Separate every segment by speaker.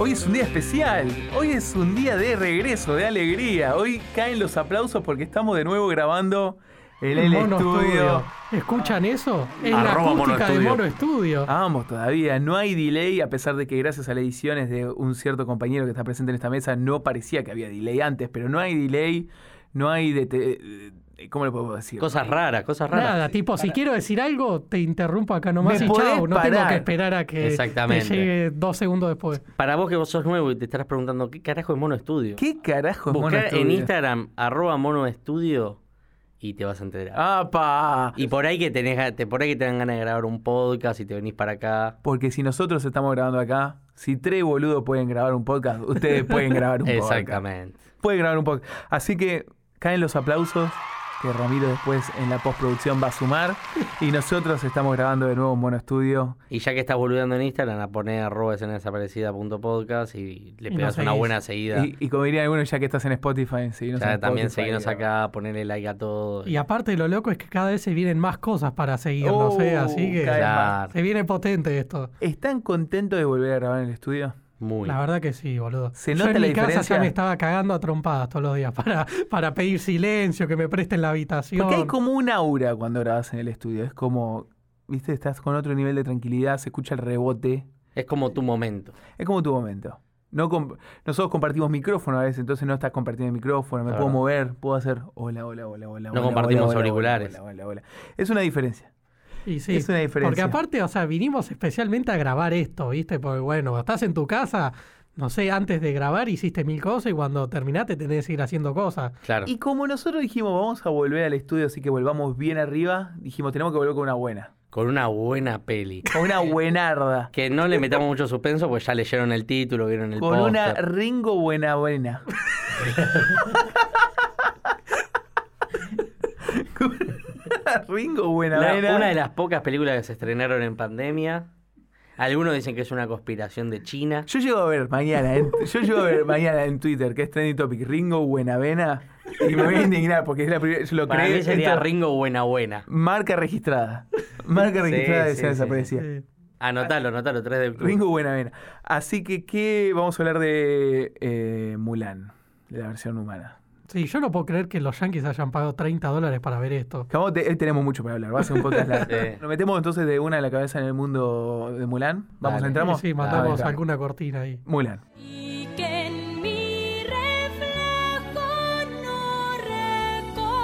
Speaker 1: Hoy es un día especial, hoy es un día de regreso, de alegría. Hoy caen los aplausos porque estamos de nuevo grabando el, L
Speaker 2: Mono
Speaker 1: Studio.
Speaker 2: ¿Escuchan eso? Es la
Speaker 3: Arroba Mono
Speaker 2: acústica de
Speaker 3: Estudio.
Speaker 2: Mono Estudio.
Speaker 1: Vamos todavía, no hay delay, a pesar de que gracias a las ediciones de un cierto compañero que está presente en esta mesa, no parecía que había delay antes, pero no hay delay, no hay... De ¿Cómo le podemos decir?
Speaker 3: Cosas raras, cosas raras.
Speaker 2: Nada, tipo, si quiero decir algo, te interrumpo acá nomás
Speaker 1: Me
Speaker 2: y
Speaker 1: podés
Speaker 2: chao. No tengo
Speaker 1: parar.
Speaker 2: que esperar a que
Speaker 3: Exactamente.
Speaker 2: te llegue dos segundos después.
Speaker 3: Para vos que vos sos nuevo y te estarás preguntando, ¿qué carajo es Mono Estudio?
Speaker 1: ¿Qué carajo es
Speaker 3: Buscar
Speaker 1: Mono
Speaker 3: en
Speaker 1: Studio?
Speaker 3: Instagram, arroba Mono Estudio y te vas a enterar.
Speaker 1: Ah. ¡Apa!
Speaker 3: Y por ahí que tenés, ga- te, por ahí que te dan ganas de grabar un podcast y te venís para acá.
Speaker 1: Porque si nosotros estamos grabando acá, si tres boludos pueden grabar un podcast, ustedes pueden grabar un podcast.
Speaker 3: Exactamente.
Speaker 1: Pueden grabar un podcast. Así que caen los aplausos que Ramiro después en la postproducción va a sumar. Y nosotros estamos grabando de nuevo en Mono Estudio.
Speaker 3: Y ya que estás boludeando en Instagram, a poner arroba escena desaparecida punto podcast y le
Speaker 2: Y nos
Speaker 3: pegas una
Speaker 2: seguís.
Speaker 3: buena seguida.
Speaker 1: Y, y como dirían algunos, ya que estás en Spotify, seguinos
Speaker 3: Ya
Speaker 1: en
Speaker 3: también
Speaker 1: Spotify.
Speaker 3: seguirnos acá, ponerle like a todo.
Speaker 2: Y aparte, lo loco es que cada vez se vienen más cosas para seguirnos,
Speaker 1: Oh,
Speaker 2: ¿eh? Así que
Speaker 1: cada vez más.
Speaker 3: Claro,
Speaker 2: se viene potente esto.
Speaker 1: ¿Están contentos de volver a grabar en el estudio?
Speaker 3: muy.
Speaker 2: La verdad que sí, boludo.
Speaker 1: Se
Speaker 2: Yo
Speaker 1: nota
Speaker 2: en
Speaker 1: la
Speaker 2: mi casa
Speaker 1: diferencia.
Speaker 2: ya me estaba cagando a trompadas todos los días para, para pedir silencio, que me presten la habitación.
Speaker 1: Porque hay como un aura cuando grabas en el estudio. Es como, viste, estás con otro nivel de tranquilidad, se escucha el rebote.
Speaker 3: Es como tu momento.
Speaker 1: Es como tu momento. No comp- Nosotros compartimos micrófono a veces, entonces no estás compartiendo el micrófono, me
Speaker 3: Claro.
Speaker 1: puedo mover, puedo hacer hola, hola, hola, hola.
Speaker 3: No
Speaker 1: hola,
Speaker 3: compartimos
Speaker 1: hola, hola,
Speaker 3: auriculares.
Speaker 1: Hola, hola, hola, hola. Es una diferencia.
Speaker 2: Y sí,
Speaker 1: Es una diferencia.
Speaker 2: Porque aparte, o sea, vinimos especialmente a grabar esto, ¿viste? Porque bueno, estás en tu casa, no sé, antes de grabar hiciste mil cosas y cuando terminaste tenés que ir haciendo cosas.
Speaker 3: Claro.
Speaker 1: Y como nosotros dijimos, vamos a volver al estudio, así que volvamos bien arriba, dijimos, tenemos que volver con una buena.
Speaker 3: Con una buena peli.
Speaker 1: Con una buenarda.
Speaker 3: Que no le metamos mucho suspenso porque ya leyeron el título, vieron el
Speaker 1: con una
Speaker 3: póster.
Speaker 1: Ringo buena buena. Con una Ringo buena
Speaker 3: La-
Speaker 1: buena.
Speaker 3: una de las pocas películas que se estrenaron en pandemia. Algunos dicen que es una conspiración de China.
Speaker 1: Yo llego a ver mañana, en- yo llego a ver mañana en Twitter que es trending topic Ringo Buenavena y me voy a indignar porque es la primera, yo lo
Speaker 3: Para
Speaker 1: creé,
Speaker 3: mí sería
Speaker 1: esto-
Speaker 3: Ringo Buena Buena.
Speaker 1: marca registrada, marca
Speaker 3: Sí,
Speaker 1: registrada de
Speaker 3: sí,
Speaker 1: ser
Speaker 3: sí,
Speaker 1: desaparecida.
Speaker 2: Eh,
Speaker 3: Anotalo, anotalo, 3 de octubre.
Speaker 1: Ringo Buenavena. Así que qué vamos a hablar de eh, Mulan, de la versión humana.
Speaker 2: sí, yo no puedo creer que los Yankees hayan pagado 30 dólares para ver esto.
Speaker 1: Que vamos te- hoy tenemos mucho para hablar, va a ser un podcast largo.
Speaker 3: Sí.
Speaker 1: Nos metemos entonces de una a la cabeza en el mundo de Mulan. Vamos,
Speaker 3: Dale.
Speaker 1: entramos.
Speaker 2: Sí, sí,
Speaker 1: Ah,
Speaker 2: mandamos
Speaker 1: entramos.
Speaker 2: alguna cortina ahí.
Speaker 1: Mulan.
Speaker 4: Y que en mi reflejo no reconocí.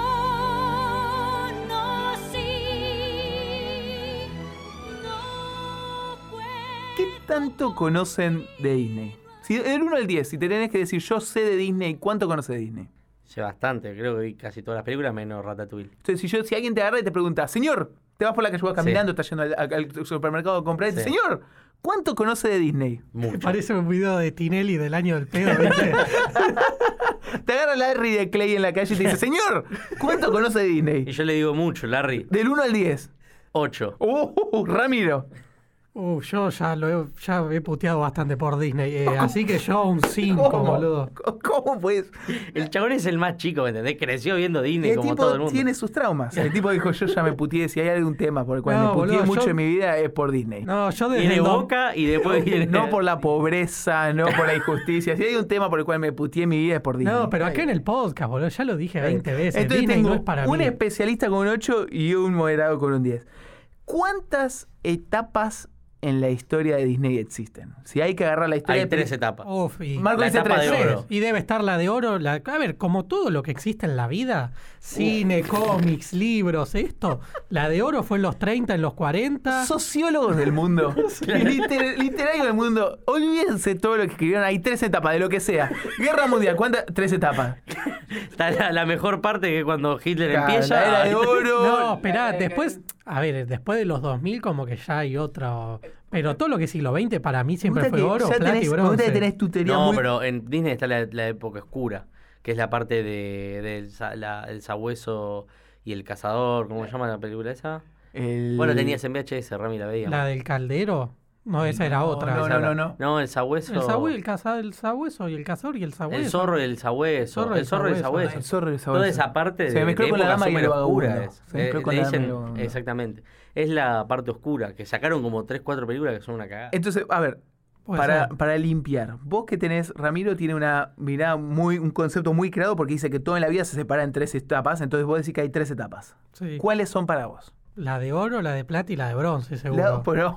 Speaker 4: No puedo.
Speaker 1: ¿Qué tanto conocen de Disney? Si, del 1 al 10, si te tenés que decir yo sé de Disney, ¿cuánto conoce de Disney?
Speaker 3: Sé bastante, creo que vi casi todas las películas menos Ratatouille.
Speaker 1: Entonces, si, yo, si alguien te agarra y te pregunta, señor, te vas por la calle, vas caminando, estás yendo al, al- al supermercado a comprar, y dice,
Speaker 3: Sí.
Speaker 1: señor, ¿cuánto conoce de Disney?
Speaker 2: Me
Speaker 3: Mucho.
Speaker 2: parece un video de Tinelli del año del pedo, ¿viste?
Speaker 1: Te agarra Larry de Clay en la calle y te dice, señor, ¿cuánto conoce de
Speaker 3: Y
Speaker 1: Disney?
Speaker 3: yo le digo mucho, Larry.
Speaker 1: Del 1 al 10.
Speaker 3: 8.
Speaker 1: ¡Uh, Ramiro!
Speaker 2: Uh, yo ya lo he, ya he puteado bastante por Disney, eh, así que yo un 5, boludo.
Speaker 1: ¿Cómo pues?
Speaker 3: El chabón es el más chico, ¿me entendés? Creció viendo Disney
Speaker 1: el
Speaker 3: como
Speaker 1: tipo
Speaker 3: todo el mundo.
Speaker 1: tiene sus traumas. El tipo dijo, yo ya me puteé. Si hay algún tema por el cual
Speaker 2: No,
Speaker 1: me puteé
Speaker 2: boludo,
Speaker 1: mucho
Speaker 2: yo-
Speaker 1: en mi vida es por Disney.
Speaker 2: No, yo desde
Speaker 3: Viene
Speaker 2: el dos-
Speaker 3: Boca y después viene...
Speaker 1: No por la pobreza, no por la injusticia. Si hay un tema por el cual me puteé mi vida es por Disney.
Speaker 2: No, pero acá en el podcast, boludo, ya lo dije 20 veces.
Speaker 1: Entonces
Speaker 2: Disney
Speaker 1: tengo
Speaker 2: no es para
Speaker 1: un
Speaker 2: mí.
Speaker 1: especialista con un 8 y un moderado con un 10. ¿Cuántas etapas en la historia de Disney existen? Si hay que agarrar la historia...
Speaker 3: Hay
Speaker 1: de peli-
Speaker 3: tres etapas.
Speaker 1: Oh.
Speaker 2: Uf, y,
Speaker 1: Marco
Speaker 3: La
Speaker 1: dice
Speaker 3: etapa
Speaker 1: tres.
Speaker 3: de
Speaker 2: tres.
Speaker 3: oro.
Speaker 2: Y debe estar la de oro. la- a ver, como todo lo que existe en la vida, cine, cómics, libros, esto, la de oro fue en los 30, en los 40.
Speaker 1: Sociólogos del mundo, liter- literarios del mundo, olvídense todo lo que escribieron. Hay tres etapas de lo que sea. Guerra mundial, ¿cuántas? Tres etapas.
Speaker 3: Está la, la mejor parte que cuando Hitler
Speaker 1: Claro,
Speaker 3: empieza...
Speaker 1: la era de oro.
Speaker 2: No, esperá, después, a ver, después de los 2000 como que ya hay otro... Pero todo lo que es siglo XX para mí
Speaker 1: Me
Speaker 2: siempre
Speaker 1: gusta
Speaker 2: fue
Speaker 1: que
Speaker 2: oro,
Speaker 1: ya
Speaker 2: plata
Speaker 1: tenés, me
Speaker 2: y
Speaker 1: gusta
Speaker 2: bronce.
Speaker 1: que tenés tu teoría
Speaker 3: No,
Speaker 1: muy-
Speaker 3: pero en Disney está la, la época oscura, que es la parte de, del sa- la- el sabueso y el cazador, ¿cómo se llama la película esa?
Speaker 1: El-
Speaker 3: Bueno, tenías en VHS, Rami la veía.
Speaker 2: La del caldero, no, esa era
Speaker 1: No,
Speaker 2: otra.
Speaker 1: no,
Speaker 2: Esa
Speaker 1: no,
Speaker 2: era-
Speaker 1: no, no.
Speaker 3: No, el sabueso.
Speaker 2: El sabueso, el, caza- el sabueso y el cazador y el sabueso.
Speaker 3: el zorro y el sabueso. El zorro y el
Speaker 1: Ah,
Speaker 3: sabueso.
Speaker 1: el zorro y el sabueso.
Speaker 3: Toda esa parte
Speaker 1: Se
Speaker 3: de,
Speaker 1: mezcló
Speaker 3: de
Speaker 1: con la
Speaker 3: época
Speaker 1: dama y el
Speaker 3: súper oscura.
Speaker 1: vagabundo.
Speaker 3: es.
Speaker 1: Se mezcló
Speaker 3: Eh,
Speaker 1: con
Speaker 3: le
Speaker 1: la dama y el
Speaker 3: dicen-
Speaker 1: vagabundo.
Speaker 3: Exactamente. Es la parte oscura, que sacaron como 3, 4 películas que son una cagada.
Speaker 1: Entonces, a ver,
Speaker 2: Puede
Speaker 1: para,
Speaker 2: ser.
Speaker 1: para limpiar. Vos que tenés, Ramiro tiene una mirada muy, un concepto muy creado porque dice que todo en la vida se separa en tres etapas, entonces vos decís que hay tres etapas.
Speaker 2: Sí.
Speaker 1: ¿Cuáles son para vos?
Speaker 2: La de oro, la de plata y la de bronce, seguro.
Speaker 1: La- pero-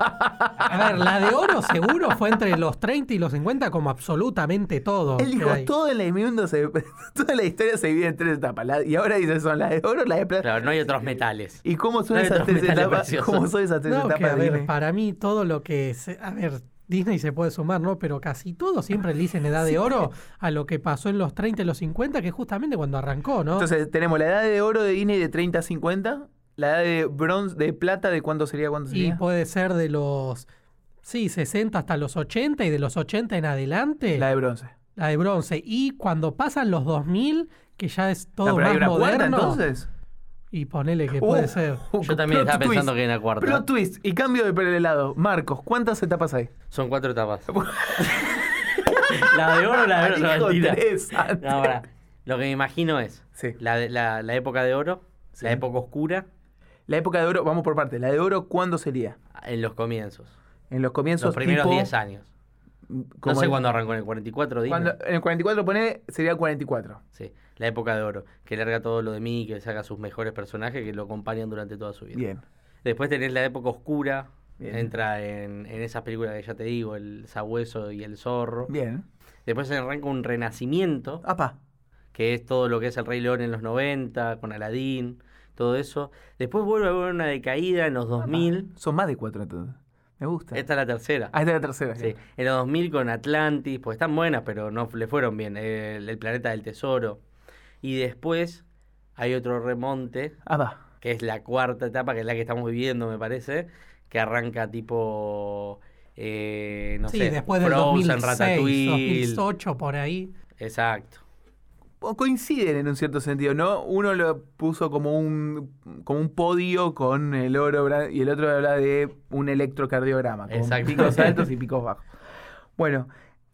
Speaker 2: A ver, la de oro seguro fue entre los 30 y los 50 como absolutamente todo.
Speaker 1: Él
Speaker 2: que
Speaker 1: dijo,
Speaker 2: hay.
Speaker 1: todo en el mundo se- toda la historia se divide en tres etapas. La- y ahora dice, son la de oro, la de plata.
Speaker 3: Claro, no hay otros metales.
Speaker 1: ¿Y cómo son
Speaker 3: No,
Speaker 1: esas
Speaker 3: no,
Speaker 1: tres
Speaker 3: me sale
Speaker 1: etapas?
Speaker 3: precioso.
Speaker 1: ¿Cómo son esas tres
Speaker 2: No, que,
Speaker 1: etapas?
Speaker 2: a ver,
Speaker 1: Dime.
Speaker 2: para mí todo lo que... se- a ver, Disney se puede sumar, ¿no? Pero casi todo siempre le dicen edad de oro a lo que pasó en los 30 y los 50, que es justamente cuando arrancó, ¿no?
Speaker 1: Entonces tenemos la edad de oro de Disney de 30 a 50, la edad de bronce, de plata, ¿de cuánto sería? ¿Cuánto
Speaker 2: y
Speaker 1: sería?
Speaker 2: puede ser de los... Sí, 60 hasta los 80 y de los 80 en adelante
Speaker 1: La
Speaker 2: la de,
Speaker 1: de bronce.
Speaker 2: bronce. Y cuando pasan los 2000, que ya es todo
Speaker 1: Ah, pero
Speaker 2: más
Speaker 1: hay una cuarta
Speaker 2: moderno.
Speaker 1: entonces.
Speaker 2: Y ponele que puede
Speaker 1: Uh,
Speaker 2: ser.
Speaker 1: uh,
Speaker 3: Yo también
Speaker 1: plot
Speaker 3: estaba pensando
Speaker 1: twist.
Speaker 3: que en la cuarta.
Speaker 1: Plot twist y cambio de pelelado. Marcos, ¿cuántas etapas hay?
Speaker 3: Son cuatro etapas. la de oro, la de oro, no,
Speaker 1: Dijo
Speaker 3: mentira.
Speaker 1: tres antes.
Speaker 3: No, pará. Lo que me imagino es
Speaker 1: Sí.
Speaker 3: la, de- la, la época de oro, la época oscura,
Speaker 1: La época de oro, vamos por partes. La de oro, ¿cuándo sería?
Speaker 3: en los comienzos.
Speaker 1: En los comienzos.
Speaker 3: los primeros
Speaker 1: tipo,
Speaker 3: 10 años. No
Speaker 1: como
Speaker 3: sé
Speaker 1: el-
Speaker 3: cuándo arrancó, en el 44, dime.
Speaker 1: cuando- en el 44 pone, sería 44.
Speaker 3: Sí, la época de oro, que larga todo lo de mí, que saca sus mejores personajes que lo acompañan durante toda su vida.
Speaker 1: Bien.
Speaker 3: Después tenés la época oscura,
Speaker 1: Bien.
Speaker 3: entra en, en esas películas que ya te digo, el sabueso y el zorro.
Speaker 1: Bien.
Speaker 3: Después arranca un renacimiento,
Speaker 1: Apa.
Speaker 3: que es todo lo que es el Rey León en los 90, con Aladín, todo eso. Después vuelve a haber una decaída en los 2000.
Speaker 1: Son más de cuatro entonces. Me gusta.
Speaker 3: Esta es la tercera.
Speaker 1: Ah, esta es la tercera.
Speaker 3: Sí, en los 2000 con Atlantis, pues están buenas, pero no le fueron bien. El, el planeta del tesoro. Y después hay otro remonte,
Speaker 1: Apa.
Speaker 3: que es la cuarta etapa, que es la que estamos viviendo, me parece, que arranca tipo. eh, no
Speaker 2: sí,
Speaker 3: sé,
Speaker 2: después del
Speaker 3: Frozen,
Speaker 2: 2006,
Speaker 3: Ratatouille.
Speaker 2: 2008, por ahí.
Speaker 3: Exacto.
Speaker 1: O Coinciden en un cierto sentido, ¿no? Uno lo puso como un, como un podio con el oro bra- y el otro habla de un electrocardiograma. Con
Speaker 3: Exacto.
Speaker 1: picos altos y picos bajos. Bueno,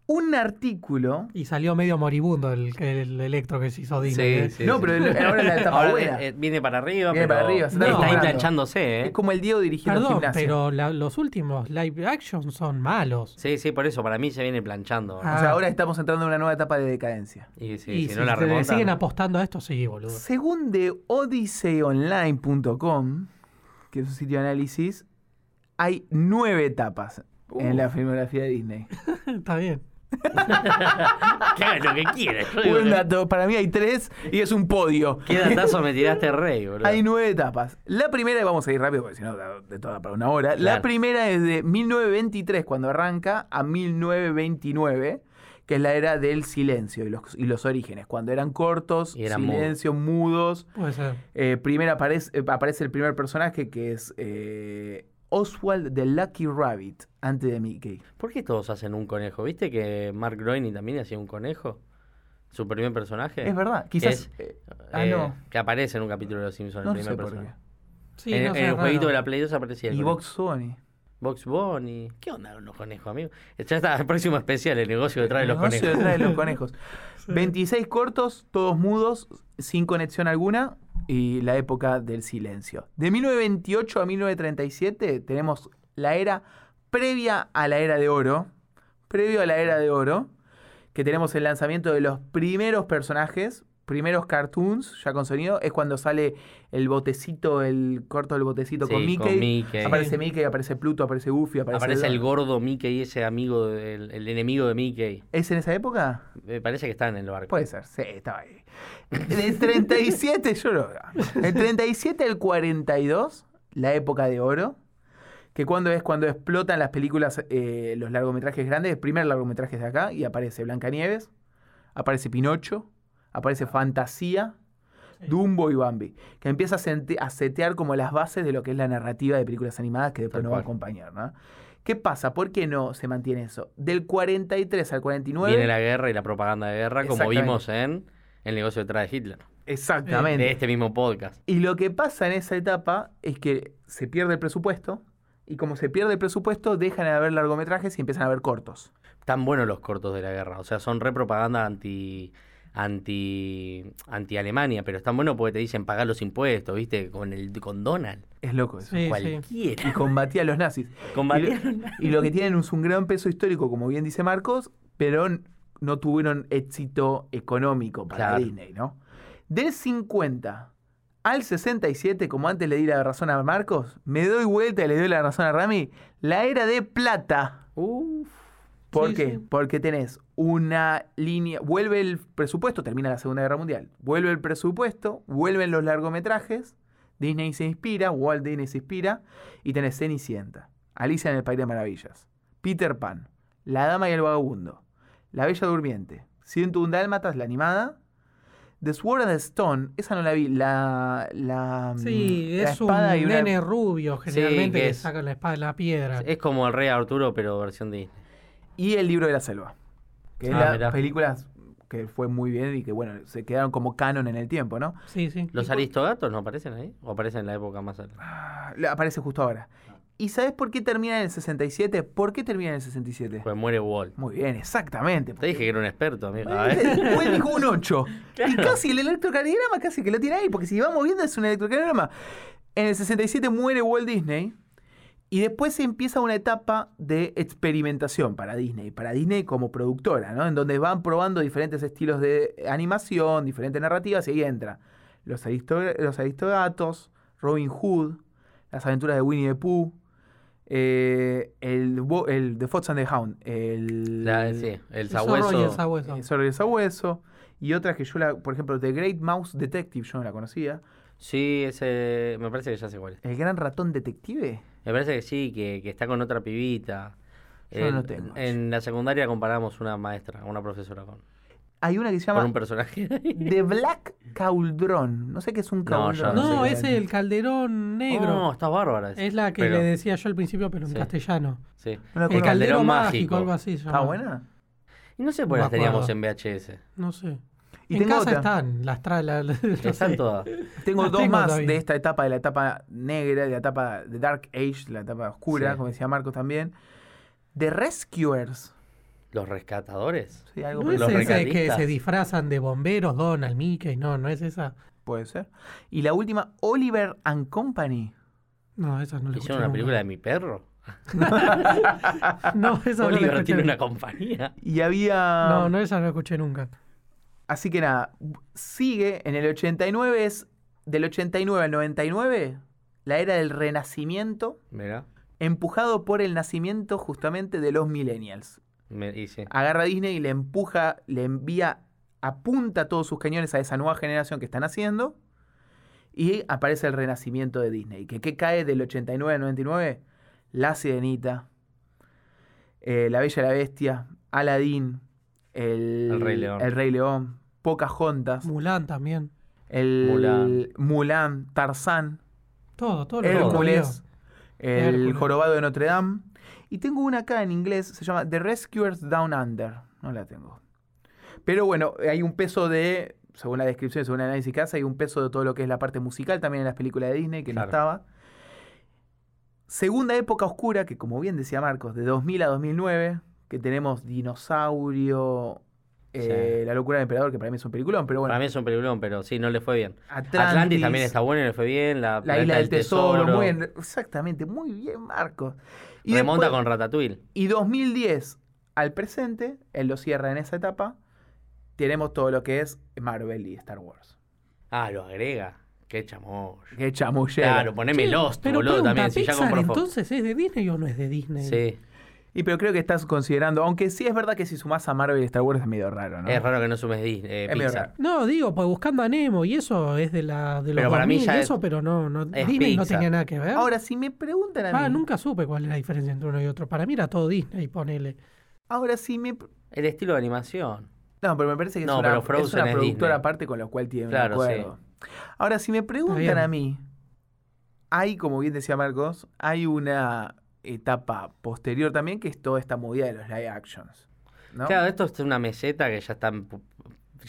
Speaker 1: un artículo.
Speaker 2: Y salió medio moribundo el, el electro que se hizo Disney. ¿eh?
Speaker 3: Sí,
Speaker 1: no,
Speaker 3: sí.
Speaker 1: pero el- ahora la etapa
Speaker 3: Ahora
Speaker 1: buena.
Speaker 3: eh, eh, viene para arriba,
Speaker 1: Viene
Speaker 3: pero
Speaker 1: para arriba, se
Speaker 2: está
Speaker 3: está ahí
Speaker 2: recuperando.
Speaker 3: planchándose,
Speaker 1: Es
Speaker 3: ¿eh?
Speaker 1: como el Diego dirigiendo
Speaker 2: Perdón,
Speaker 1: gimnasia.
Speaker 2: pero la- los últimos live action son malos.
Speaker 3: Sí, sí, por eso, para mí se viene planchando.
Speaker 1: O
Speaker 2: Ah.
Speaker 1: sea, ahora estamos entrando en una nueva etapa de decadencia.
Speaker 3: Y sí,
Speaker 2: y
Speaker 3: si
Speaker 2: si
Speaker 3: no la
Speaker 2: se-
Speaker 3: remontan.
Speaker 2: siguen apostando a esto, sí, boludo.
Speaker 1: Según de odiseyonline.com, que es un sitio de análisis, hay nueve etapas en la filmografía de Disney.
Speaker 2: Está bien.
Speaker 3: Claro, lo que quieres.
Speaker 1: Un dato, para mí hay tres y es un podio.
Speaker 3: ¿Qué datazo me tiraste, rey, boludo?
Speaker 1: Hay nueve etapas. La primera, vamos a ir rápido porque si no, da- de toda para una hora. La
Speaker 3: Claro.
Speaker 1: primera es de 1923, cuando arranca, a 1929, que es la era del silencio y los, y los orígenes, cuando eran cortos,
Speaker 3: Y eran
Speaker 1: silencio, mudos.
Speaker 2: Puede ser.
Speaker 1: Eh, primero aparece, eh, aparece el primer personaje que es eh, Oswald the Lucky Rabbit, antes de Mickey.
Speaker 3: ¿Por qué todos hacen un conejo? ¿Viste que Mark Groening también hacía un conejo? Su primer personaje.
Speaker 1: Es verdad, quizás.
Speaker 3: Es-
Speaker 1: eh, ah,
Speaker 3: Eh,
Speaker 1: no.
Speaker 3: Que aparece en un capítulo de Los Simpsons,
Speaker 1: No
Speaker 3: el primer
Speaker 1: sé por
Speaker 3: personaje.
Speaker 2: Sí,
Speaker 3: en
Speaker 2: no sé,
Speaker 3: en Eh, el
Speaker 2: raro.
Speaker 3: jueguito de la Play 2 aparecía
Speaker 1: qué.
Speaker 3: el
Speaker 1: Y
Speaker 3: conejo.
Speaker 1: Box Sony.
Speaker 3: Box Bunny. ¿Qué onda con los conejos, amigo? Ya está el próximo especial, el negocio detrás de los
Speaker 1: Negocio
Speaker 3: conejos.
Speaker 1: detrás de los conejos. 26 cortos, todos mudos, sin conexión alguna, y la época del silencio. De 1928 a 1937 tenemos la era previa a la era de oro, previo a la era de oro, que tenemos el lanzamiento de los primeros personajes, primeros cartoons, ya con sonido, es cuando sale el botecito, el corto del botecito
Speaker 3: Sí,
Speaker 1: con Mickey.
Speaker 3: Mickey.
Speaker 1: Aparece Mickey, aparece Pluto, aparece Goofy, aparece,
Speaker 3: Aparece el
Speaker 1: Donald.
Speaker 3: gordo Mickey, ese amigo, del, el enemigo de Mickey.
Speaker 1: ¿Es en esa época?
Speaker 3: Me parece que están en el barco.
Speaker 1: Puede ser, sí, estaba ahí. De 37, yo no. Del 37 al 42, la época de oro, que cuando es cuando explotan las películas, eh, los largometrajes grandes, el primer largometraje es de acá, y aparece Blancanieves, aparece Pinocho, aparece Fantasía, Dumbo y Bambi, que empieza a, sente- a setear como las bases de lo que es la narrativa de películas animadas que después
Speaker 3: Tal
Speaker 1: nos va a
Speaker 3: cual.
Speaker 1: acompañar, ¿no? ¿Qué pasa? ¿Por qué no se mantiene eso? Del 43 al 49...
Speaker 3: Viene la guerra y la propaganda de guerra, como
Speaker 1: Exactamente.
Speaker 3: vimos en el negocio detrás de Hitler.
Speaker 1: Exactamente.
Speaker 3: De este mismo podcast.
Speaker 1: Y lo que pasa en esa etapa es que se pierde el presupuesto. Y como se pierde el presupuesto, dejan de haber largometrajes y empiezan a haber cortos.
Speaker 3: Tan buenos los cortos de la guerra. O sea, son re propaganda anti, anti, anti Alemania, pero están buenos porque te dicen pagar los impuestos, ¿viste? Con el con Donald,
Speaker 1: Es loco eso.
Speaker 2: Sí, sí.
Speaker 3: cualquiera.
Speaker 1: Y combatía a los nazis.
Speaker 3: Combatía
Speaker 1: Y lo- Y lo que tienen es un gran peso histórico, como bien dice Marcos, pero n- no tuvieron éxito económico para
Speaker 3: Claro.
Speaker 1: Disney, ¿no? Del 50 al 67, como antes le di la razón a Marcos, me doy vuelta y le doy la razón a Rami, la era de plata.
Speaker 3: Uf.
Speaker 1: ¿Por
Speaker 2: Sí,
Speaker 1: qué?
Speaker 2: sí.
Speaker 1: Porque tenés una línea, vuelve el presupuesto, termina la Segunda Guerra Mundial, vuelve el presupuesto, vuelven los largometrajes, Disney se inspira, Walt Disney se inspira, y tenés Cenicienta, Alicia en el País de Maravillas, Peter Pan, La Dama y el Vagabundo, La Bella Durmiente, 101 Dálmatas, la animada, The Sword and the Stone, esa no la vi, la... la mm,
Speaker 2: Sí,
Speaker 1: la
Speaker 2: es un
Speaker 1: espada y una-
Speaker 2: nene rubio generalmente
Speaker 3: que
Speaker 2: que,
Speaker 3: es-
Speaker 2: saca la espada de la piedra.
Speaker 3: Es como el rey Arturo, pero versión Disney.
Speaker 1: y El libro de la selva. Que es
Speaker 3: Ah,
Speaker 1: las
Speaker 3: mirá.
Speaker 1: películas que fue muy bien y que, bueno, se quedaron como canon en el tiempo, ¿no?
Speaker 2: Sí, sí.
Speaker 3: ¿Los aristogatos no aparecen ahí? ¿O aparecen en la época más alta?
Speaker 1: Ah, la- Aparece justo ahora. ¿Y sabes por qué termina en el 67? ¿Por qué termina en el 67?
Speaker 3: Pues muere Wall.
Speaker 1: Muy bien, exactamente.
Speaker 3: Te dije que era un experto, amigo. A ver.
Speaker 1: Después dijo un 8. Y casi el electrocardiograma casi que lo tiene ahí, porque si vamos viendo es un electrocardiograma. En el 67 muere Walt Disney y después empieza una etapa de experimentación para Disney, para Disney como productora, ¿no? En donde van probando diferentes estilos de animación, diferentes narrativas y ahí entra Los, Aristo- los Aristogatos, Robin Hood, Las aventuras de Winnie the Pooh, eh, el, bo- el The Fox and the Hound, el
Speaker 3: La- sí, el
Speaker 2: El zorro y el
Speaker 3: sabueso.
Speaker 2: sabueso.
Speaker 1: eh, Zorro y el Sabueso. Y otras que yo la, por ejemplo, The Great Mouse Detective, yo no la conocía.
Speaker 3: Sí, ese. Me parece que ya sé cuál es.
Speaker 1: El Gran Ratón Detective.
Speaker 3: Me parece que sí, que, que está con otra pibita.
Speaker 1: Yo
Speaker 3: en,
Speaker 1: no tengo.
Speaker 3: en la secundaria comparamos una maestra, una profesora con,
Speaker 1: Hay una que se
Speaker 3: con
Speaker 1: llama
Speaker 3: un personaje.
Speaker 1: The Black Cauldron. No sé qué es un
Speaker 3: No, yo
Speaker 1: cauldron.
Speaker 3: no sé
Speaker 2: No,
Speaker 3: qué
Speaker 2: es el calderón negro.
Speaker 3: No, Oh, está bárbara. esa.
Speaker 2: es la que
Speaker 3: Pero-
Speaker 2: le decía yo al principio, pero en
Speaker 3: Sí.
Speaker 2: castellano.
Speaker 3: Sí.
Speaker 1: No la
Speaker 2: El
Speaker 1: conozco.
Speaker 3: calde-
Speaker 2: caldero
Speaker 3: Calderón
Speaker 2: mágico,
Speaker 3: mágico.
Speaker 2: algo así. se
Speaker 1: ¿Está
Speaker 2: llama.
Speaker 1: Ah, buena?
Speaker 3: Y no sé
Speaker 2: No
Speaker 3: por
Speaker 2: me
Speaker 3: qué las teníamos
Speaker 2: acuerdo.
Speaker 3: en VHS.
Speaker 2: No sé.
Speaker 1: Y
Speaker 2: en
Speaker 1: tengo
Speaker 2: casa
Speaker 1: otra.
Speaker 2: están las tra... la- la- no sé.
Speaker 3: Están todas.
Speaker 1: Tengo
Speaker 2: Las
Speaker 1: dos
Speaker 2: tengo
Speaker 1: más
Speaker 2: todavía.
Speaker 1: de esta etapa, de la etapa negra, de la etapa de Dark Age, la etapa oscura,
Speaker 3: Sí.
Speaker 1: como decía Marcos también. The Rescuers.
Speaker 3: ¿Los rescatadores?
Speaker 1: Sí, algo
Speaker 2: No
Speaker 1: por
Speaker 2: es
Speaker 1: el-
Speaker 3: Los
Speaker 2: esa de que
Speaker 3: regatistas.
Speaker 2: se disfrazan de bomberos, Donald, Mickey, no, no es esa.
Speaker 1: puede ser. Y la última, Oliver and Company.
Speaker 2: No, esa no la escuché
Speaker 3: ¿Hicieron una
Speaker 2: nunca.
Speaker 3: película de mi perro?
Speaker 2: No, esa no la
Speaker 3: Oliver
Speaker 2: escuché nunca.
Speaker 3: tiene una Ah. compañía.
Speaker 1: Y había...
Speaker 2: No, no, esa no la escuché nunca.
Speaker 1: Así que nada, sigue en el 89, es del 89 al 99, la era del renacimiento,
Speaker 3: Mirá.
Speaker 1: empujado por el nacimiento justamente de los millennials.
Speaker 3: Me dice.
Speaker 2: Ah,
Speaker 1: Agarra a Disney y le empuja, le envía, apunta todos sus cañones a esa nueva generación que están haciendo. Y aparece el renacimiento de Disney. ¿Que qué cae del 89 al 99? La Sirenita, eh, La Bella y la Bestia, Aladdin, el,
Speaker 3: El Rey León.
Speaker 1: el Rey León, Pocahontas.
Speaker 2: Mulan también.
Speaker 1: El
Speaker 3: Mulan.
Speaker 1: Mulan, Tarzán,
Speaker 2: Todo, todo lo que
Speaker 1: Hércules, el
Speaker 2: Hércules.
Speaker 1: jorobado de Notre Dame. Y tengo una acá en inglés, se llama The Rescuers Down Under. No la tengo. Pero bueno, hay un peso de, según la descripción, según el análisis que hace, hay un peso de todo lo que es la parte musical también en las películas de Disney, que
Speaker 3: Claro.
Speaker 1: no estaba. Segunda época oscura, que como bien decía Marcos, de 2000 a 2009, que tenemos Dinosaurio, eh, La locura del emperador, que para mí es un peliculón, pero bueno.
Speaker 3: Para mí es un peliculón, pero sí, no le fue bien.
Speaker 1: Atlantis,
Speaker 3: Atlantis, también está bueno y le fue bien. La,
Speaker 1: La
Speaker 3: Planeta
Speaker 1: isla del tesoro, muy bien, exactamente, muy bien, Marcos. Y,
Speaker 3: Remonta
Speaker 1: después-
Speaker 3: con Ratatouille.
Speaker 1: y 2010 al presente, él lo cierra en esa etapa, tenemos todo lo que es Marvel y Star Wars.
Speaker 3: Ah, lo agrega. Qué chamoy.
Speaker 1: Qué chamullero.
Speaker 3: Claro, poneme
Speaker 2: Che,
Speaker 3: Lost,
Speaker 2: pero
Speaker 3: boludo,
Speaker 2: pregunta,
Speaker 3: también. Si ya
Speaker 2: ¿Pixar
Speaker 3: compró Fox.
Speaker 2: entonces es de Disney o no es de Disney?
Speaker 3: Sí.
Speaker 1: Y pero creo que estás considerando, aunque sí es verdad que si sumas a Marvel y Star Wars es medio raro, ¿no?
Speaker 3: Es raro que no sumes Disney, eh,
Speaker 1: Es medio
Speaker 3: Pixar.
Speaker 1: raro.
Speaker 2: No, digo, pues buscando a Nemo y eso es de la de los
Speaker 3: Pero para mí
Speaker 2: 2000
Speaker 3: ya
Speaker 2: y
Speaker 3: es-
Speaker 2: eso, pero no, no
Speaker 3: es
Speaker 2: Disney no
Speaker 3: Pixar.
Speaker 2: tenía nada que ver.
Speaker 1: Ahora, si me preguntan a mí,
Speaker 2: Ah, nunca supe cuál era la diferencia entre uno y otro. Para mí era todo Disney, ponele.
Speaker 1: ahora sí me...
Speaker 3: El estilo de animación.
Speaker 1: No, pero me parece que
Speaker 3: No,
Speaker 1: es una,
Speaker 3: pero
Speaker 1: es
Speaker 3: Frozen
Speaker 1: una
Speaker 3: es
Speaker 1: productora
Speaker 3: Disney.
Speaker 1: aparte con la cual tiene
Speaker 3: Claro,
Speaker 1: un acuerdo. Ahora, si me
Speaker 2: bien.
Speaker 1: preguntan a mí, hay, como bien decía Marcos, hay una etapa posterior también que es toda esta movida de los live actions. ¿no?
Speaker 3: Claro, esto es una meseta que ya están pu-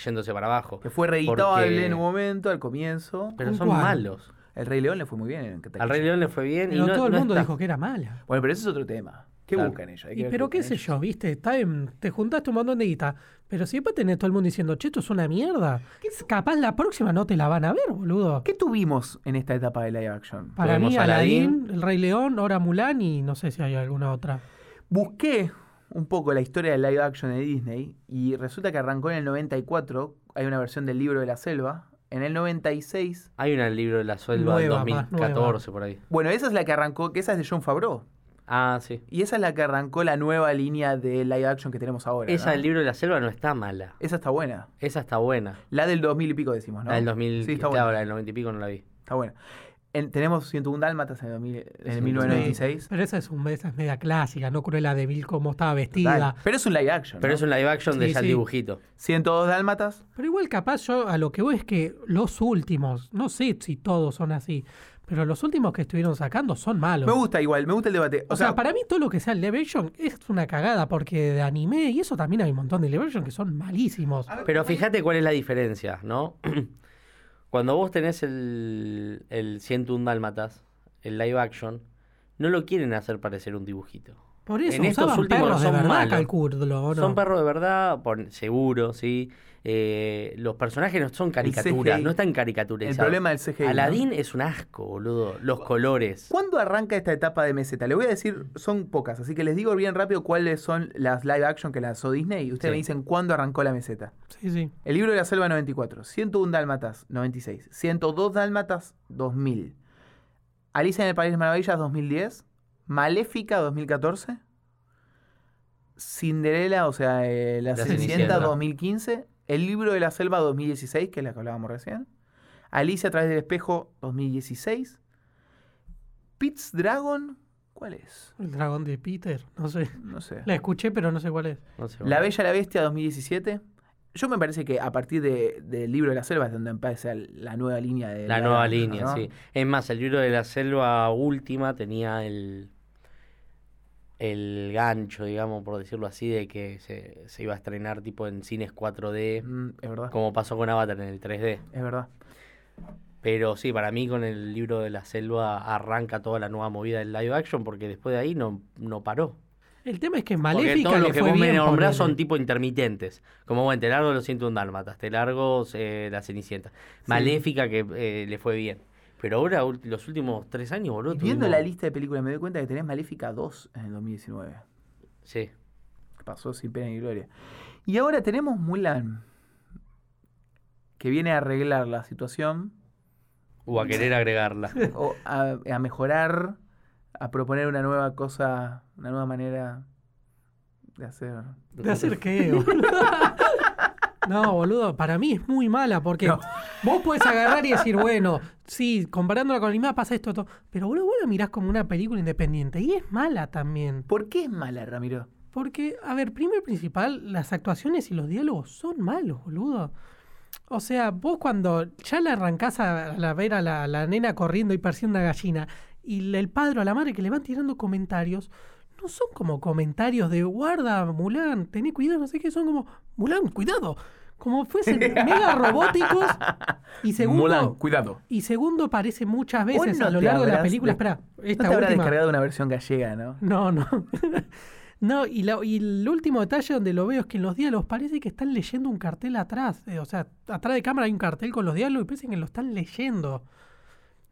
Speaker 3: yéndose para abajo.
Speaker 1: Que fue reeditable
Speaker 3: porque-
Speaker 1: en un momento, al comienzo.
Speaker 3: Pero
Speaker 2: ¿Con
Speaker 3: son
Speaker 2: cuál?
Speaker 3: malos.
Speaker 1: El Rey León le fue muy bien en taquilla.
Speaker 3: Al Rey León le fue bien. y
Speaker 2: Pero
Speaker 3: no-
Speaker 2: todo el
Speaker 3: no
Speaker 2: mundo
Speaker 3: está-
Speaker 2: dijo que era mala.
Speaker 1: Bueno, pero ese es otro tema. ¿Qué
Speaker 3: Claro.
Speaker 1: buscan ellos? Hay que
Speaker 2: Y
Speaker 1: ver
Speaker 2: pero qué
Speaker 1: buscan
Speaker 2: sé
Speaker 1: ellos.
Speaker 2: yo, viste, está en- te juntaste un montón de guita, pero siempre tenés todo el mundo diciendo, che, esto es una mierda. Capaz la próxima no te la van a ver, boludo.
Speaker 1: ¿Qué tuvimos en esta etapa de live action?
Speaker 2: Para mí,
Speaker 3: Tuvimos Aladdin.
Speaker 2: Aladdin, El Rey León, ahora Mulan y no sé si hay alguna otra.
Speaker 1: Busqué un poco la historia del live action de Disney y resulta que arrancó en el 94. Hay una versión del libro de la selva. En el 96.
Speaker 3: Hay un libro de la Selva del
Speaker 2: Nueva, más
Speaker 3: 2014 por ahí.
Speaker 1: Bueno, esa es la que arrancó, que esa es de John Favreau.
Speaker 3: Ah, sí.
Speaker 1: Y esa es la que arrancó la nueva línea de live action que tenemos ahora.
Speaker 3: Esa
Speaker 1: ¿no?
Speaker 3: del libro de la Selva no está mala.
Speaker 1: Esa está buena.
Speaker 3: Esa está buena.
Speaker 1: La del 2000 y pico decimos, ¿no?
Speaker 3: La del 2000,
Speaker 1: Sí, está
Speaker 3: claro,
Speaker 1: buena.
Speaker 3: la del 90 y pico no la vi.
Speaker 1: Está buena. En- tenemos 101 Dálmatas en el, 2000 en el
Speaker 3: Sí.
Speaker 1: 1996.
Speaker 2: Pero esa es, un, esa es media clásica, no Cruella de Vil como estaba vestida.
Speaker 1: Dale. Pero es un live action.
Speaker 3: Pero
Speaker 1: ¿no?
Speaker 3: es un live action de
Speaker 2: Sí,
Speaker 3: ya el
Speaker 2: sí.
Speaker 3: dibujito.
Speaker 1: 102 Dálmatas.
Speaker 2: Pero igual capaz yo a lo que voy es que los últimos, no sé si todos son así, pero los últimos que estuvieron sacando son malos.
Speaker 1: Me gusta igual, me gusta el debate.
Speaker 2: o sea, para mí todo lo que sea live action es una cagada porque de anime y eso también hay un montón de live action que son malísimos.
Speaker 3: Pero fíjate cuál es la diferencia, ¿no? Cuando vos tenés el, el 101 Dálmatas, el live action, no lo quieren hacer parecer un dibujito.
Speaker 2: Por eso
Speaker 3: en estos
Speaker 2: usaban
Speaker 3: últimos
Speaker 2: perros
Speaker 3: son
Speaker 2: de verdad,
Speaker 3: malos.
Speaker 2: calculo, ¿o no?
Speaker 3: Son perros de verdad, por- seguro, sí. Eh, los personajes no son caricaturas,
Speaker 1: CGI.
Speaker 3: no están caricaturizados.
Speaker 1: El problema del CGI, ¿no?
Speaker 3: Aladín es un asco, boludo. Los colores.
Speaker 1: ¿Cuándo arranca esta etapa de meseta? Les voy a decir, son pocas, así que les digo bien rápido cuáles son las live action que lanzó Disney y ustedes
Speaker 3: Sí.
Speaker 1: me dicen cuándo arrancó la meseta.
Speaker 2: Sí, sí.
Speaker 1: El libro de la selva 94, 101 dálmatas 96, 102 dálmatas 2000, Alicia en el País de las Maravillas 2010, Maléfica 2014, Cinderela, o sea, eh, la,
Speaker 3: La
Speaker 1: Cenicienta,
Speaker 3: Cenicienta.
Speaker 1: 2015, El libro de la selva 2016, que es la que hablábamos recién, Alicia a través del espejo 2016, Pitts Dragon, ¿cuál es?
Speaker 2: El dragón de Peter, no sé.
Speaker 1: No sé.
Speaker 2: La escuché, pero no sé cuál es.
Speaker 3: No sé,
Speaker 1: La
Speaker 3: boludo.
Speaker 1: Bella y la Bestia 2017. Yo me parece que a partir de- del libro de la selva es donde empieza la nueva línea de
Speaker 3: La
Speaker 1: live
Speaker 3: nueva
Speaker 1: action,
Speaker 3: línea,
Speaker 1: ¿no?
Speaker 3: sí. Es más, el libro de la selva última tenía el, el gancho, digamos, por decirlo así, de que se, se iba a estrenar tipo en cines 4D,
Speaker 1: Mm, es verdad.
Speaker 3: como pasó con Avatar en el 3D.
Speaker 1: Es verdad.
Speaker 3: Pero sí, para mí con el libro de la selva arranca toda la nueva movida del live action, porque después de ahí no, no paró.
Speaker 2: El tema es que
Speaker 3: Porque
Speaker 2: Maléfica
Speaker 3: todos los
Speaker 2: le
Speaker 3: que
Speaker 2: fue
Speaker 3: vos me
Speaker 2: bien, ponele.
Speaker 3: nombrás son tipo intermitentes. Como bueno, te largo los 101 dálmatas, te largo eh, la Cenicienta. Maléfica que eh, le fue bien. Pero ahora, ul- los últimos tres años, boludo.
Speaker 1: Y viendo
Speaker 3: tuvimos-
Speaker 1: la lista de películas me doy cuenta que tenés Maléfica 2 en el 2019.
Speaker 3: Sí.
Speaker 1: que Pasó sin pena ni gloria. Y ahora tenemos Mulan, que viene a arreglar la situación,
Speaker 3: O a querer agregarla.
Speaker 1: o a, a mejorar, a proponer una nueva cosa, una nueva manera de hacer.
Speaker 2: ¿De hacer qué? boludo? No, boludo, para mí es muy mala porque
Speaker 1: No.
Speaker 2: vos podés agarrar y decir, bueno, sí, comparándola con la animada pasa esto, esto. Pero boludo, vos la mirás como una película independiente y es mala también.
Speaker 1: ¿Por qué es mala, Ramiro?
Speaker 2: Porque, a ver, primer principal, las actuaciones y los diálogos son malos, boludo. O sea, vos cuando ya la arrancás a, la ver a la, la nena corriendo y persiguiendo una gallina, y le- el padre o la madre que le van tirando comentarios, no son como comentarios de guarda, Mulan, tené cuidado, no sé qué, son como, Mulan, cuidado. Como fuesen mega robóticos. Y segundo,
Speaker 1: cuidado.
Speaker 2: y segundo parece muchas
Speaker 1: Vos
Speaker 2: veces
Speaker 1: no
Speaker 2: a lo
Speaker 1: te
Speaker 2: largo de la
Speaker 1: habrás de-
Speaker 2: película. Espera,
Speaker 1: No
Speaker 2: esta
Speaker 1: te habrá
Speaker 2: última.
Speaker 1: descargado una versión gallega, ¿no?
Speaker 2: No, no. No, y, la- y el último detalle donde lo veo es que en los diálogos parece que están leyendo un cartel atrás. eh, o sea, atrás de cámara hay un cartel con los diálogos y parece que lo están leyendo.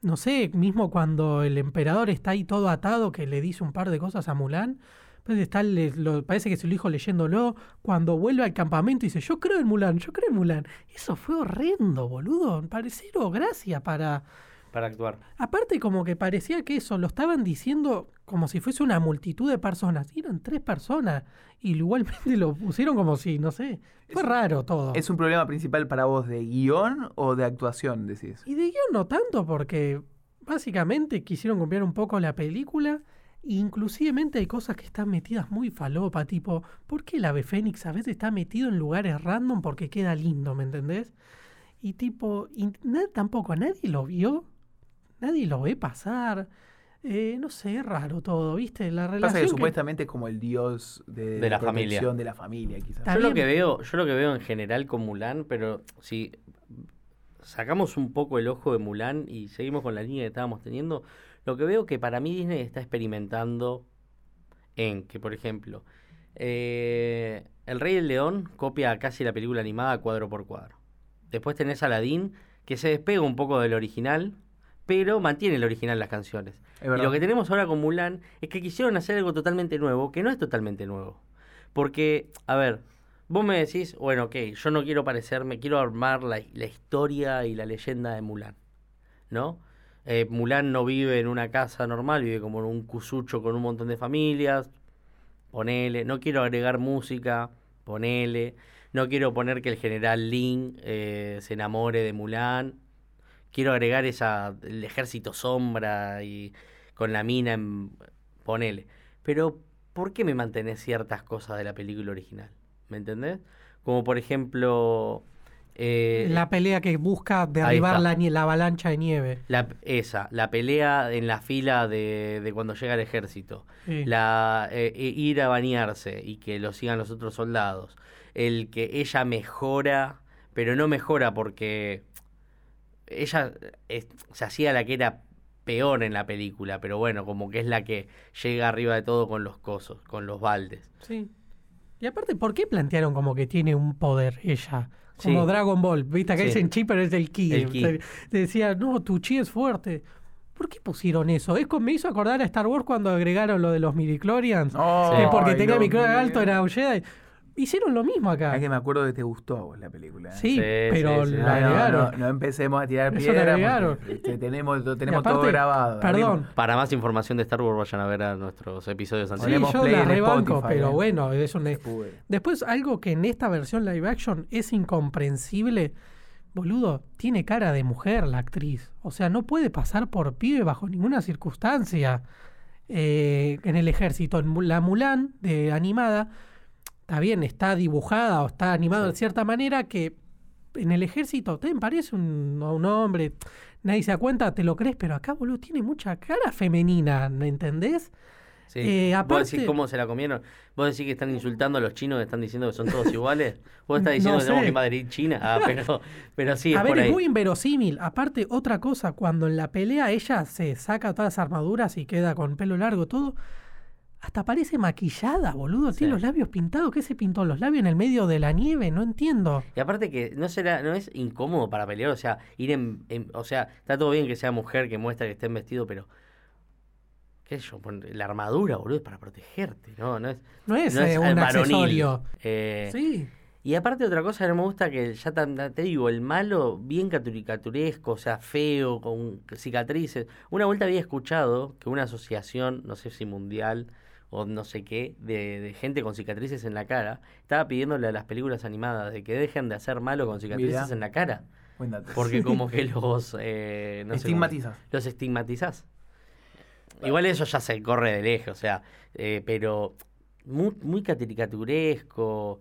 Speaker 2: No sé, mismo cuando el emperador está ahí todo atado, que le dice un par de cosas a Mulan. Parece, está le- lo- parece que se lo dijo leyéndolo. Cuando vuelve al campamento dice, yo creo en Mulan, yo creo en Mulan. Eso fue horrendo, boludo. Parecero, gracias para...
Speaker 3: Para actuar.
Speaker 2: Aparte, como que parecía que eso lo estaban diciendo como si fuese una multitud de personas. Y Eran tres personas. Y igualmente lo pusieron como si, no sé. Fue raro todo.
Speaker 1: ¿Es un problema principal para vos de guión o de actuación, decís?
Speaker 2: Y de guión no tanto, porque básicamente quisieron copiar un poco la película. Inclusivemente hay cosas que están metidas muy falopa, tipo, ¿por qué el ave fénix a veces está metido en lugares random porque queda lindo, ¿me entendés? Y tipo, y na- tampoco, nadie lo vio, nadie lo ve pasar. Eh, no sé, es raro todo, ¿viste? La relación.
Speaker 1: Pasa que
Speaker 2: que-
Speaker 1: supuestamente es como el dios de,
Speaker 3: De la
Speaker 1: protección
Speaker 3: familia.
Speaker 1: de la familia, quizás.
Speaker 2: Ta-
Speaker 3: Yo lo,
Speaker 2: También-
Speaker 3: que veo, yo lo que veo en general con Mulan, pero si sacamos un poco el ojo de Mulan y seguimos con la línea que estábamos teniendo, lo que veo que para mí Disney está experimentando en que, por ejemplo, eh, El Rey del León copia casi la película animada cuadro por cuadro. Después tenés Aladdin, que se despega un poco del original, pero mantiene el original las canciones.
Speaker 1: Es
Speaker 3: Y
Speaker 1: verdad.
Speaker 3: lo que tenemos ahora con Mulan es que quisieron hacer algo totalmente nuevo, que no es totalmente nuevo. Porque, a ver, vos me decís, bueno, ok, yo no quiero parecerme, quiero armar la, la historia y la leyenda de Mulan, ¿no? Eh, Mulan no vive en una casa normal, vive como en un cusucho con un montón de familias, ponele, no quiero agregar música, ponele, no quiero poner que el general Lin eh, se enamore de Mulan, quiero agregar esa, el ejército sombra y con la mina, en, ponele. Pero, ¿por qué me mantenés ciertas cosas de la película original? ¿Me entendés? Como por ejemplo... eh,
Speaker 2: la pelea que busca derribar
Speaker 3: está.
Speaker 2: la, nie- la avalancha de nieve.
Speaker 3: la- esa, la pelea en la fila de, de cuando llega el ejército,
Speaker 2: Sí.
Speaker 3: la eh, eh, ir a bañarse y que lo sigan los otros soldados, el que ella mejora, pero no mejora porque ella eh, se hacía la que era peor en la película, pero bueno, como que es la que llega arriba de todo con los cosos, con los baldes.
Speaker 2: Sí. Y aparte, ¿por qué plantearon como que tiene un poder ella? Como
Speaker 3: Sí.
Speaker 2: Dragon Ball, viste que
Speaker 3: Sí.
Speaker 2: dicen chi, pero es el ki.
Speaker 3: El ki.
Speaker 2: Te- te Decía, no, tu chi es fuerte. ¿Por qué pusieron eso? Es como- me hizo acordar a Star Wars cuando agregaron lo de los midichlorians.
Speaker 1: No,
Speaker 2: que porque
Speaker 1: ay,
Speaker 2: tenía
Speaker 1: Dios
Speaker 2: micro
Speaker 1: mío.
Speaker 2: alto era un Jedi. Hicieron lo mismo acá.
Speaker 1: Es que me acuerdo que te gustó a vos la película. ¿eh?
Speaker 2: Sí,
Speaker 3: Sí,
Speaker 2: pero
Speaker 3: sí, sí.
Speaker 1: No,
Speaker 2: lo
Speaker 1: no,
Speaker 2: agregaron.
Speaker 1: no, no empecemos a tirar
Speaker 2: Eso lo
Speaker 1: piedras.
Speaker 2: agregaron.
Speaker 1: porque, este, tenemos lo tenemos
Speaker 2: Y aparte,
Speaker 1: todo grabado.
Speaker 2: Perdón.
Speaker 3: Para más información de Star Wars vayan a ver a nuestros episodios
Speaker 2: Sí,
Speaker 1: Ponemos
Speaker 3: anteriores.
Speaker 2: yo
Speaker 1: play
Speaker 2: la
Speaker 1: en
Speaker 2: rebanco,
Speaker 1: Spotify,
Speaker 2: pero
Speaker 1: eh.
Speaker 2: bueno, es un,
Speaker 1: Abrimos-
Speaker 2: Después, algo que en esta versión live action es incomprensible. Boludo, tiene cara de mujer la actriz. O sea, no puede pasar por pibe bajo ninguna circunstancia. Eh, en el ejército, en Mu- la Mulan de animada, está bien, está dibujada o está animada de cierta manera que en el ejército te parece un, un hombre, nadie se da cuenta, te lo crees, pero acá, boludo, tiene mucha cara femenina, ¿me entendés?
Speaker 3: Sí.
Speaker 2: Eh,
Speaker 3: Vos decís
Speaker 2: aparte-
Speaker 3: cómo se la comieron. Vos decís que están insultando a los chinos, que están diciendo que son todos iguales. Vos estás diciendo
Speaker 2: No
Speaker 3: que tenemos
Speaker 2: sé.
Speaker 3: que Madrid China. Ah, pero, pero sí,
Speaker 2: a
Speaker 3: es
Speaker 2: ver,
Speaker 3: por ahí.
Speaker 2: es muy inverosímil. Aparte, otra cosa, cuando en la pelea ella se saca todas las armaduras y queda con pelo largo, todo, hasta parece maquillada, boludo.
Speaker 3: Sí.
Speaker 2: Tiene los labios pintados. ¿Qué se pintó los labios en el medio de la nieve? No entiendo.
Speaker 3: Y aparte que no será, no es incómodo para pelear, o sea, ir en, en- o sea, está todo bien que sea mujer que muestra que esté en vestido, pero qué sé yo, pon- la armadura, boludo, es para protegerte, no, no es,
Speaker 2: No es,
Speaker 3: no es
Speaker 2: eh,
Speaker 3: al
Speaker 2: un
Speaker 3: varonil.
Speaker 2: accesorio.
Speaker 3: Eh,
Speaker 2: Sí.
Speaker 3: Y aparte otra cosa que no me gusta que ya tan- tan- te digo, el malo bien caricaturesco, o sea, feo, con cicatrices. Una vuelta había escuchado que una asociación, no sé si mundial o no sé qué, de, de gente con cicatrices en la cara, estaba pidiéndole a las películas animadas de que dejen de hacer malo con cicatrices
Speaker 1: Mirá.
Speaker 3: en la cara.
Speaker 1: Buen dato.
Speaker 3: Porque como que los... eh, no sé cómo-
Speaker 1: Estigmatizas.
Speaker 3: los estigmatizás. Igual eso ya se corre del eje, o sea, eh, pero muy, muy caricaturesco.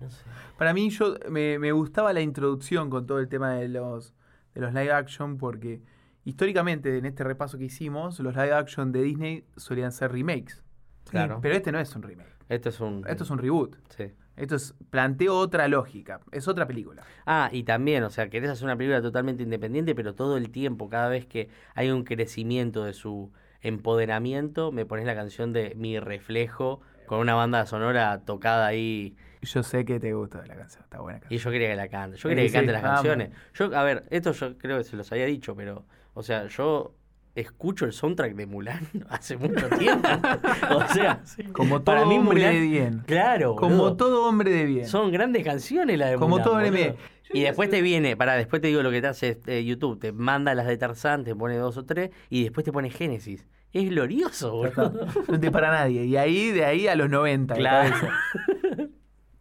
Speaker 3: No sé.
Speaker 1: Para mí yo me, me gustaba la introducción con todo el tema de los de los live action porque históricamente en este repaso que hicimos los live action de Disney solían ser remakes.
Speaker 3: Claro.
Speaker 1: Pero este no es un remake.
Speaker 3: Esto es un.
Speaker 1: Esto es un reboot.
Speaker 3: sí.
Speaker 1: Esto es planteo otra lógica. Es otra película.
Speaker 3: Ah, y también, o sea, querés hacer una película totalmente independiente, pero todo el tiempo, cada vez que hay un crecimiento de su empoderamiento, me pones la canción de Mi Reflejo con una banda sonora tocada ahí.
Speaker 1: Yo sé que te gusta la canción. Está buena
Speaker 3: Y
Speaker 1: canción.
Speaker 3: yo quería que la cante. Yo
Speaker 1: Sí,
Speaker 3: quería que
Speaker 1: sí,
Speaker 3: cante las
Speaker 1: vamos.
Speaker 3: canciones. Yo, a ver, esto yo creo que se los había dicho, pero, o sea, yo escucho el soundtrack de Mulan hace mucho tiempo. o sea,
Speaker 1: Como
Speaker 3: para
Speaker 1: todo
Speaker 3: mí
Speaker 1: hombre
Speaker 3: Mulan-
Speaker 1: de bien.
Speaker 3: Claro,
Speaker 1: Como
Speaker 3: boludo.
Speaker 1: todo hombre de bien.
Speaker 3: Son grandes canciones las de
Speaker 1: Como
Speaker 3: Mulan,
Speaker 1: todo
Speaker 3: boludo.
Speaker 1: anime.
Speaker 3: Y después te viene, para después te digo lo que te hace este, YouTube, te manda las de Tarzán, te pone dos o tres, y después te pone Génesis. Es glorioso,
Speaker 1: Ya está.
Speaker 3: boludo.
Speaker 1: No te para nadie. Y ahí, de ahí a los 90. de
Speaker 3: Claro.
Speaker 1: cabeza.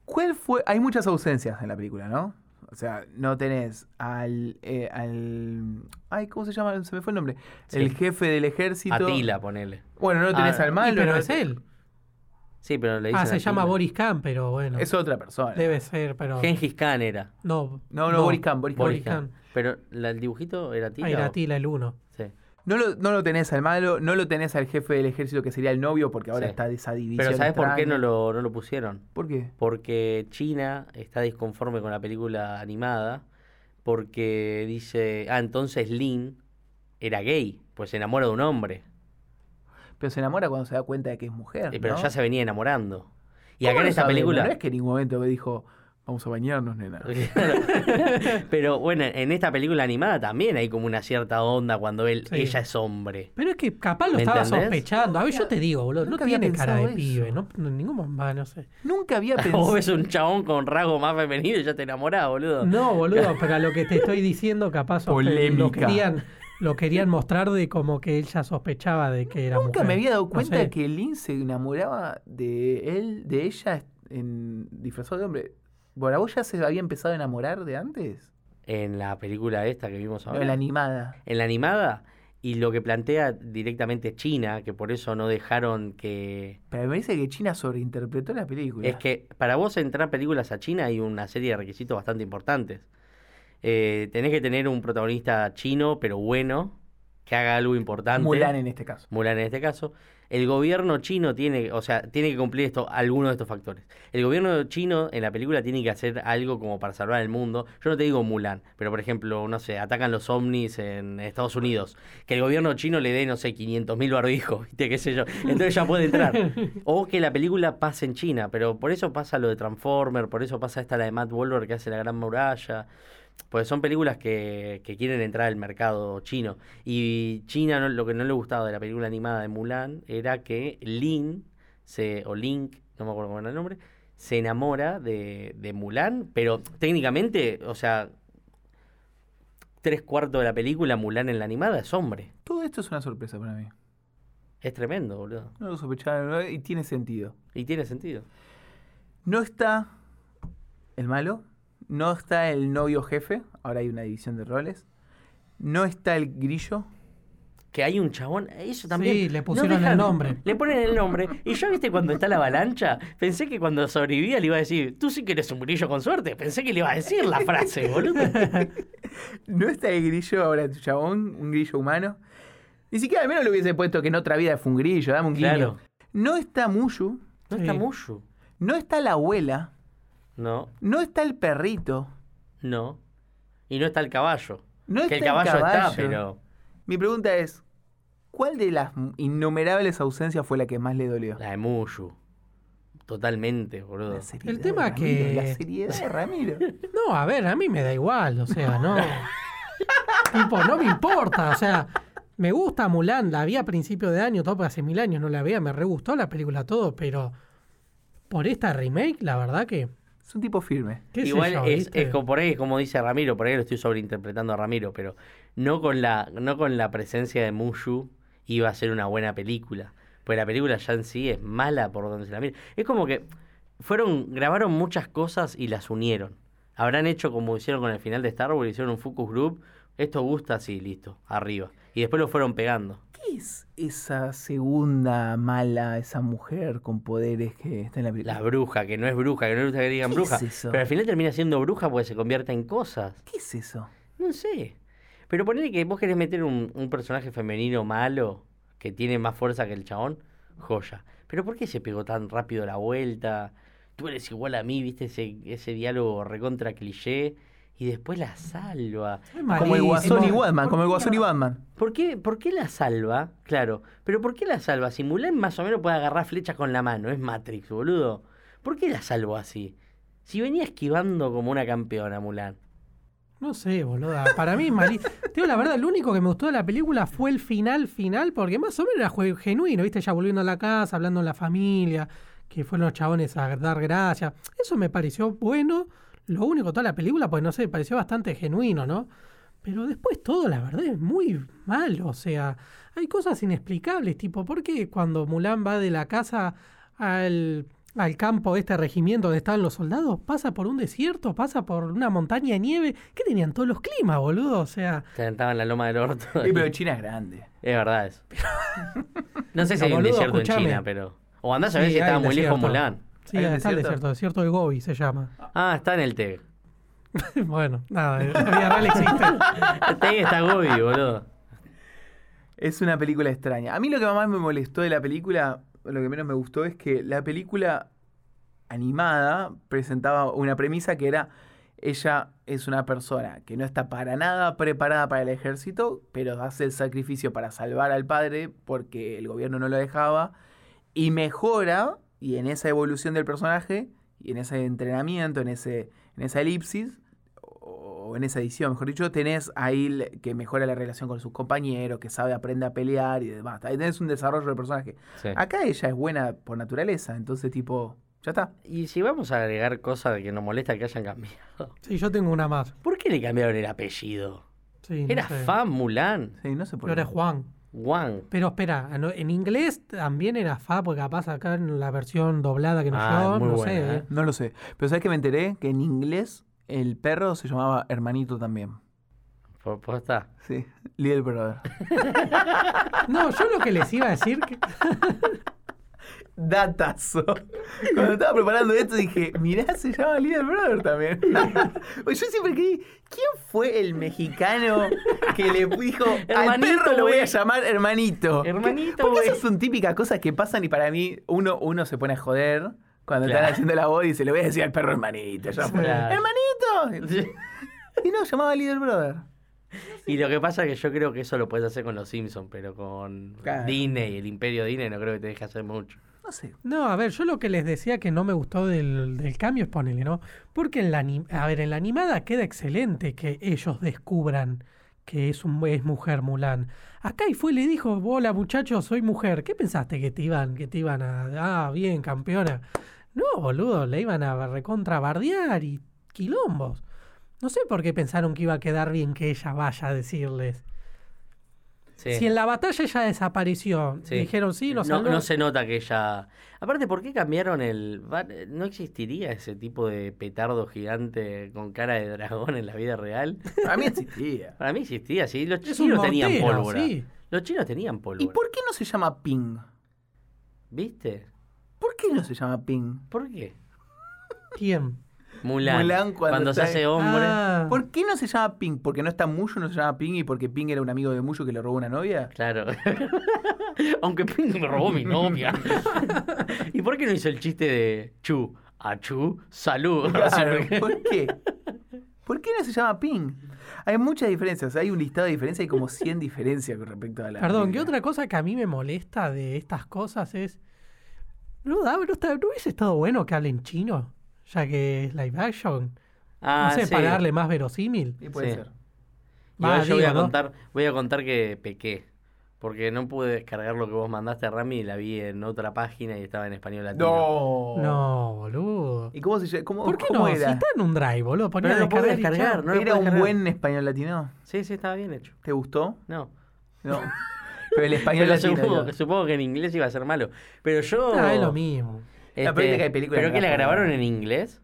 Speaker 1: ¿Cuál fue? Hay muchas ausencias en la película, ¿no? O sea, no tenés al. eh, al ay, ¿cómo se llama? Se me fue el nombre.
Speaker 3: Sí.
Speaker 1: El jefe del ejército.
Speaker 3: Atila, ponele.
Speaker 1: Bueno, no tenés
Speaker 3: Ah,
Speaker 1: al
Speaker 2: Y
Speaker 1: malo.
Speaker 2: pero
Speaker 1: no-
Speaker 2: es él.
Speaker 3: Sí, pero le dicen
Speaker 2: Ah, se llama
Speaker 3: Atila.
Speaker 2: Boris Khan, pero bueno.
Speaker 1: Es otra persona.
Speaker 2: Debe ser, pero.
Speaker 3: Gengis Khan era.
Speaker 2: No,
Speaker 1: No, no, Boris Khan, Boris Khan.
Speaker 2: Boris Khan.
Speaker 3: Pero la- el dibujito era Atila.
Speaker 2: Ah, era
Speaker 3: o-
Speaker 2: Attila el uno.
Speaker 3: Sí.
Speaker 1: No, lo, no lo tenés al malo, no lo tenés al jefe del ejército que sería el novio, porque ahora
Speaker 3: Sí.
Speaker 1: está esa división.
Speaker 3: Pero ¿sabes por qué no
Speaker 1: extraña.
Speaker 3: lo, no lo pusieron?
Speaker 1: ¿Por qué?
Speaker 3: Porque China está disconforme con la película animada, porque dice, ah, entonces Lin era gay, pues se enamora de un hombre.
Speaker 1: Pero se enamora cuando se da cuenta de que es mujer.
Speaker 3: Eh, Pero
Speaker 1: ¿no?
Speaker 3: ya se venía enamorando. Y
Speaker 1: ¿Cómo
Speaker 3: acá en
Speaker 1: lo
Speaker 3: esta
Speaker 1: sabemos?
Speaker 3: película.
Speaker 1: No es que en ningún momento me dijo, vamos a bañarnos, nena.
Speaker 3: Claro. Pero bueno, en esta película animada también hay como una cierta onda cuando él,
Speaker 2: Sí.
Speaker 3: ella es hombre.
Speaker 2: Pero es que capaz lo
Speaker 3: ¿Me
Speaker 2: estaba
Speaker 3: entendés?
Speaker 2: sospechando. A ver, yo te digo, boludo, no
Speaker 1: nunca había
Speaker 2: tiene cara de
Speaker 1: pensado eso.
Speaker 2: pibe, no, no- ningún mamá, no sé.
Speaker 1: Nunca había
Speaker 3: Vos
Speaker 1: pensado.
Speaker 3: ves un chabón con rasgo más femenino y ya te enamorás, boludo.
Speaker 2: No, boludo, pero a lo que te estoy diciendo, capaz sospe- lo
Speaker 1: Polémica.
Speaker 2: querían, lo querían mostrar de como que ella sospechaba de que era
Speaker 1: Nunca
Speaker 2: mujer.
Speaker 1: me había dado
Speaker 2: No
Speaker 1: cuenta
Speaker 2: sé.
Speaker 1: que Lynn se enamoraba de él, de ella, en disfrazado de hombre. Bueno, ¿vos ya se había empezado a enamorar de antes?
Speaker 3: En la película esta que vimos
Speaker 1: No,
Speaker 3: ahora.
Speaker 1: en la animada.
Speaker 3: en la animada. Y lo que plantea directamente China, que por eso no dejaron que.
Speaker 1: Pero me parece que China sobreinterpretó la película.
Speaker 3: Es que para vos entrar películas a China hay una serie de requisitos bastante importantes. Eh, tenés que tener un protagonista chino, pero bueno, que haga algo importante.
Speaker 1: Mulan en este caso.
Speaker 3: Mulan en este caso, el gobierno chino tiene, o sea, tiene que cumplir esto, algunos de estos factores. El gobierno chino en la película tiene que hacer algo como para salvar el mundo. Yo no te digo Mulan, pero por ejemplo, no sé, atacan los ovnis en Estados Unidos. Que el gobierno chino le dé, no sé, 500 mil barbijos, ¿viste? ¿Qué sé yo? Entonces ya puede entrar. O que la película pase en China, pero por eso pasa lo de Transformer, por eso pasa esta la de Matt Wolver que hace la Gran Muralla. Pues son películas que, que quieren entrar al mercado chino. Y China no- lo que no le gustaba de la película animada de Mulan era que Lin, se, o Link, no me acuerdo cómo era el nombre, se enamora de, de Mulan, pero técnicamente, o sea, tres cuartos de la película Mulan en la animada es hombre.
Speaker 1: Todo esto es una sorpresa para mí.
Speaker 3: Es tremendo, boludo.
Speaker 1: No lo sospechaba no, y tiene sentido.
Speaker 3: Y tiene sentido.
Speaker 1: No está el malo, no está el novio jefe, ahora hay una división de roles, no está el grillo.
Speaker 3: que hay un chabón, eso también.
Speaker 2: Sí, le pusieron el nombre.
Speaker 3: Le ponen el nombre. Y yo, viste, cuando está la avalancha, pensé que cuando sobrevivía le iba a decir, tú sí que eres un brillo con suerte. Pensé que le iba a decir la frase, boludo.
Speaker 1: No está el grillo, ahora tu chabón, un grillo humano. Ni siquiera al menos le hubiese puesto que en otra vida fue un grillo, dame un guiño.
Speaker 3: Claro.
Speaker 1: No está Muyu,
Speaker 3: No
Speaker 2: Sí.
Speaker 3: está Mushu.
Speaker 1: no está la abuela,
Speaker 3: No,
Speaker 1: no está el perrito,
Speaker 3: no. Y no está el caballo.
Speaker 1: no está
Speaker 3: que el caballo, está,
Speaker 1: caballo.
Speaker 3: pero
Speaker 1: Mi pregunta es, ¿cuál de las innumerables ausencias fue la que más le dolió?
Speaker 3: la de Mushu. Totalmente, boludo.
Speaker 1: La seriedad
Speaker 2: El
Speaker 1: de
Speaker 2: tema
Speaker 1: Ramiro,
Speaker 2: que-
Speaker 1: La seriedad de Ramiro.
Speaker 2: No, a ver, a mí me da igual, o sea, no. tipo, no me importa, o sea, me gusta Mulan, la vi a principio de año, todo, porque hace mil años no la veía, me re gustó la película, todo, pero por esta remake, la verdad que.
Speaker 1: Es un tipo firme.
Speaker 2: qué sé
Speaker 3: Igual
Speaker 2: yo,
Speaker 3: es,
Speaker 2: ¿viste?
Speaker 3: es como- por ahí es como dice Ramiro, por ahí lo estoy sobreinterpretando a Ramiro, pero no con la, no con la presencia de Mushu iba a ser una buena película. Pues la película ya en sí es mala por donde se la mire. Es como que fueron, grabaron muchas cosas y las unieron. Habrán hecho como hicieron con el final de Star Wars, hicieron un focus group, esto gusta así, listo, arriba. Y después lo fueron pegando.
Speaker 1: ¿Qué es esa segunda mala, esa mujer con poderes que está en la película?
Speaker 3: La bruja, que no es bruja, que no le gusta que digan
Speaker 1: ¿Qué
Speaker 3: bruja.
Speaker 1: es eso?
Speaker 3: pero al final termina siendo bruja porque se convierte en cosas.
Speaker 1: ¿Qué es eso?
Speaker 3: No sé. Pero ponele que vos querés meter un, un personaje femenino malo que tiene más fuerza que el chabón, joya. Pero ¿por qué se pegó tan rápido la vuelta? Tú eres igual a mí, viste ese, ese diálogo recontra cliché. Y después la salva.
Speaker 2: Es
Speaker 1: Como el
Speaker 2: malísimo.
Speaker 1: Guasón y Batman, como el Guasón y Batman.
Speaker 3: ¿Por qué, ¿Por qué la salva? Claro. Pero ¿por qué la salva? Si Mulan más o menos puede agarrar flechas con la mano. Es Matrix, boludo. ¿Por qué la salvó así? Si venía esquivando como una campeona, Mulan.
Speaker 2: No sé, boluda. Para mí, Marí. Tío, la verdad, lo único que me gustó de la película fue el final, final, porque más o menos era jue- genuino, ¿viste? Ya volviendo a la casa, hablando en la familia, que fueron los chabones a dar gracias. Eso me pareció bueno. Lo único, toda la película, pues no sé, pareció bastante genuino, ¿no? Pero después todo, la verdad, es muy malo. O sea, hay cosas inexplicables, tipo, ¿por qué cuando Mulan va de la casa al, al campo de este regimiento donde estaban los soldados, pasa por un desierto, pasa por una montaña de nieve? ¿Qué tenían todos los climas, boludo? O sea,
Speaker 3: Sentaba en la loma del orto.
Speaker 1: Sí, pero China es grande.
Speaker 3: Es verdad eso. No sé si
Speaker 2: No,
Speaker 3: hay un
Speaker 2: boludo,
Speaker 3: desierto
Speaker 2: escuchame.
Speaker 3: en China, pero. O andás a ver
Speaker 2: Sí,
Speaker 3: si
Speaker 2: hay
Speaker 3: estaba
Speaker 2: un
Speaker 3: muy lejos
Speaker 2: desierto.
Speaker 3: Mulan.
Speaker 2: sí,
Speaker 1: ¿Hay un
Speaker 2: está
Speaker 1: desierto?
Speaker 2: el desierto, desierto de Gobi se llama.
Speaker 3: Ah, está en el TEG.
Speaker 2: bueno, nada, la vida real existe.
Speaker 3: El TEG está Gobi, boludo.
Speaker 1: Es una película extraña. A mí lo que más me molestó de la película, lo que menos me gustó, es que la película animada presentaba una premisa que era Ella es una persona que no está para nada preparada para el ejército, pero hace el sacrificio para salvar al padre porque el gobierno no lo dejaba y mejora y en esa evolución del personaje y en ese entrenamiento, en ese en esa elipsis o o en esa edición, mejor dicho, tenés ahí l- que mejora la relación con sus compañeros, que sabe, aprende a pelear y demás. Ahí tenés un desarrollo de personaje.
Speaker 3: Sí.
Speaker 1: Acá ella es buena por naturaleza, entonces tipo, ya está.
Speaker 3: Y si vamos a agregar cosas de que nos molesta que hayan cambiado.
Speaker 2: Sí, yo tengo una más.
Speaker 3: ¿Por qué le cambiaron el apellido?
Speaker 2: Sí, no
Speaker 3: Era
Speaker 2: sé.
Speaker 3: Fan Mulan.
Speaker 1: Sí, no se puede.
Speaker 2: Pero era Juan.
Speaker 3: Wang.
Speaker 2: Pero espera, en- en inglés también era fa, porque capaz acá en la versión doblada que nos
Speaker 3: Ah,
Speaker 2: llegó,
Speaker 3: muy
Speaker 2: no
Speaker 3: buena,
Speaker 2: sé.
Speaker 3: ¿eh?
Speaker 2: ¿eh?
Speaker 1: No lo sé. Pero sabes que me enteré que en inglés el perro se llamaba hermanito también.
Speaker 3: Por posta.
Speaker 1: Sí, Little Brother.
Speaker 2: No, yo lo que les iba a decir, que-
Speaker 1: Datazo. Cuando estaba preparando esto dije, mirá, se llama Little Brother también. Pues yo siempre creí, ¿quién fue el mexicano que le dijo, al
Speaker 3: Hermanito,
Speaker 1: perro lo voy a
Speaker 3: güey".
Speaker 1: llamar hermanito?
Speaker 3: Hermanito,
Speaker 1: Porque
Speaker 3: güey.
Speaker 1: esas son típicas cosas que pasan y para mí uno, uno se pone a joder cuando
Speaker 3: Claro.
Speaker 1: están haciendo la voz y se le voy a decir al perro hermanito. ya fue.
Speaker 3: Claro.
Speaker 1: ¡Hermanito! Y no, llamaba Little Brother.
Speaker 3: Y lo que pasa es que yo creo que eso lo puedes hacer con los Simpsons, pero con
Speaker 1: Claro.
Speaker 3: Disney, el imperio Disney, no creo que te deje hacer mucho.
Speaker 1: No sé.
Speaker 2: No, a ver, yo lo que les decía que no me gustó del, del cambio es ponele, ¿no? Porque en la, anim- a ver, en la animada queda excelente que ellos descubran que es, un, es mujer Mulan. Acá y fue y le dijo, hola muchachos, soy mujer. ¿Qué pensaste que te iban, que te iban a... Ah, bien, campeona. No, boludo, le iban a recontrabardear y quilombos. No sé por qué pensaron que iba a quedar bien que ella vaya a decirles.
Speaker 3: Sí.
Speaker 2: Si en la batalla ella desapareció,
Speaker 3: Sí.
Speaker 2: dijeron sí, lo
Speaker 3: no,
Speaker 2: salvó".
Speaker 3: no se nota que ella. Aparte, ¿por qué cambiaron el. va- ¿No existiría ese tipo de petardo gigante con cara de dragón en la vida real?
Speaker 1: A mí existía.
Speaker 3: Para mí existía, sí. Los
Speaker 2: Es un
Speaker 3: chinos tenían
Speaker 2: mortero,
Speaker 3: pólvora.
Speaker 2: sí.
Speaker 3: Los chinos tenían pólvora.
Speaker 1: ¿Y por qué no se llama Ping?
Speaker 3: ¿Viste?
Speaker 1: ¿Por qué no se llama Ping?
Speaker 3: ¿Por qué?
Speaker 2: ¿Quién?
Speaker 3: Mulan.
Speaker 1: Mulan cuando
Speaker 3: se
Speaker 1: está-
Speaker 3: hace hombre.
Speaker 2: Ah.
Speaker 1: ¿Por qué no se llama Ping? ¿Porque no está Mushu, no se llama Ping y porque Ping era un amigo de Mushu que le robó una novia?
Speaker 3: Claro. Aunque Ping me robó mi novia. ¿Y por qué no hizo el chiste de Chu? A Chu, salud.
Speaker 1: Claro, ¿por qué? ¿Por qué no se llama Ping? Hay muchas diferencias, hay un listado de diferencias, hay como 100 diferencias con respecto a la...
Speaker 2: Perdón, ¿qué
Speaker 1: película.
Speaker 2: otra cosa que a mí me molesta de estas cosas es. No, da- no, está- ¿no hubiese estado bueno que hablen chino, ya que es live action.
Speaker 3: Ah,
Speaker 2: no sé,
Speaker 3: sí.
Speaker 2: para darle más verosímil.
Speaker 1: Y puede
Speaker 3: Sí.
Speaker 1: ser.
Speaker 3: Igual
Speaker 2: Va,
Speaker 3: yo voy a,
Speaker 2: digo, ¿no?
Speaker 3: contar, voy a contar que pequé. Porque no pude descargar lo que vos mandaste a Rami y la vi en otra página y estaba en español latino.
Speaker 1: No.
Speaker 2: No, boludo.
Speaker 1: ¿Y cómo se llama? ¿Cómo,
Speaker 2: ¿Por qué
Speaker 1: cómo
Speaker 2: no? Si
Speaker 1: era?
Speaker 2: está en un drive, boludo. Ponía
Speaker 3: Pero
Speaker 2: a
Speaker 3: lo podés
Speaker 2: descargar y
Speaker 3: descargar,
Speaker 2: chao.
Speaker 3: no lo
Speaker 1: ¿Era
Speaker 3: puedes
Speaker 1: un
Speaker 3: cargar.
Speaker 1: buen español latino?
Speaker 3: Sí, sí, estaba bien hecho.
Speaker 1: ¿Te gustó?
Speaker 3: No.
Speaker 1: No. Pero el español
Speaker 3: Pero
Speaker 1: latino...
Speaker 3: supongo,
Speaker 1: digo.
Speaker 3: supongo que en inglés iba a ser malo. Pero yo. este,
Speaker 2: Ah, es lo mismo.
Speaker 1: Ah, pero viste que hay películas
Speaker 3: pero
Speaker 1: que
Speaker 3: que
Speaker 1: las
Speaker 3: la
Speaker 1: ponen.
Speaker 3: grabaron en inglés.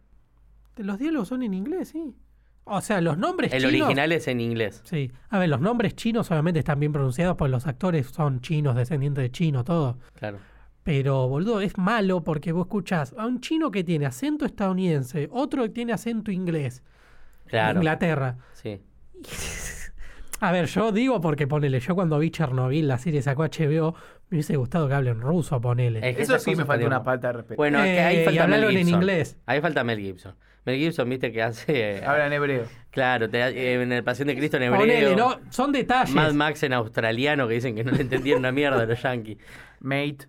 Speaker 2: Los diálogos son en inglés, sí. O sea, los nombres
Speaker 3: El
Speaker 2: chinos.
Speaker 3: original es en inglés.
Speaker 2: Sí. A ver, los nombres chinos obviamente están bien pronunciados porque los actores son chinos, descendientes de chino, todo.
Speaker 3: Claro.
Speaker 2: Pero, boludo, es malo porque vos escuchás a un chino que tiene acento estadounidense, otro que tiene acento inglés,
Speaker 3: Claro.
Speaker 2: Inglaterra.
Speaker 3: Sí.
Speaker 2: A ver, yo digo porque ponele, yo cuando vi Chernobyl, la serie sacó HBO, me hubiese gustado que hablen ruso, ponele.
Speaker 3: Es que
Speaker 1: Eso
Speaker 3: esas
Speaker 1: sí me
Speaker 3: cosas
Speaker 1: falta una
Speaker 3: estarían-
Speaker 1: falta de respeto.
Speaker 3: Bueno, es que
Speaker 2: Eh,
Speaker 3: ahí
Speaker 2: y
Speaker 3: falta Mel
Speaker 2: hablaron en
Speaker 3: Gibson.
Speaker 2: inglés.
Speaker 3: Ahí falta Mel Gibson. Mel Gibson, viste que hace. eh,
Speaker 1: Hablan hebreo.
Speaker 3: Claro, te- eh, en el Pasión de Cristo en hebreo.
Speaker 2: Ponele, no, son detalles.
Speaker 3: Mad Max en australiano que dicen que no le entendían una mierda a los yankees.
Speaker 1: Mate.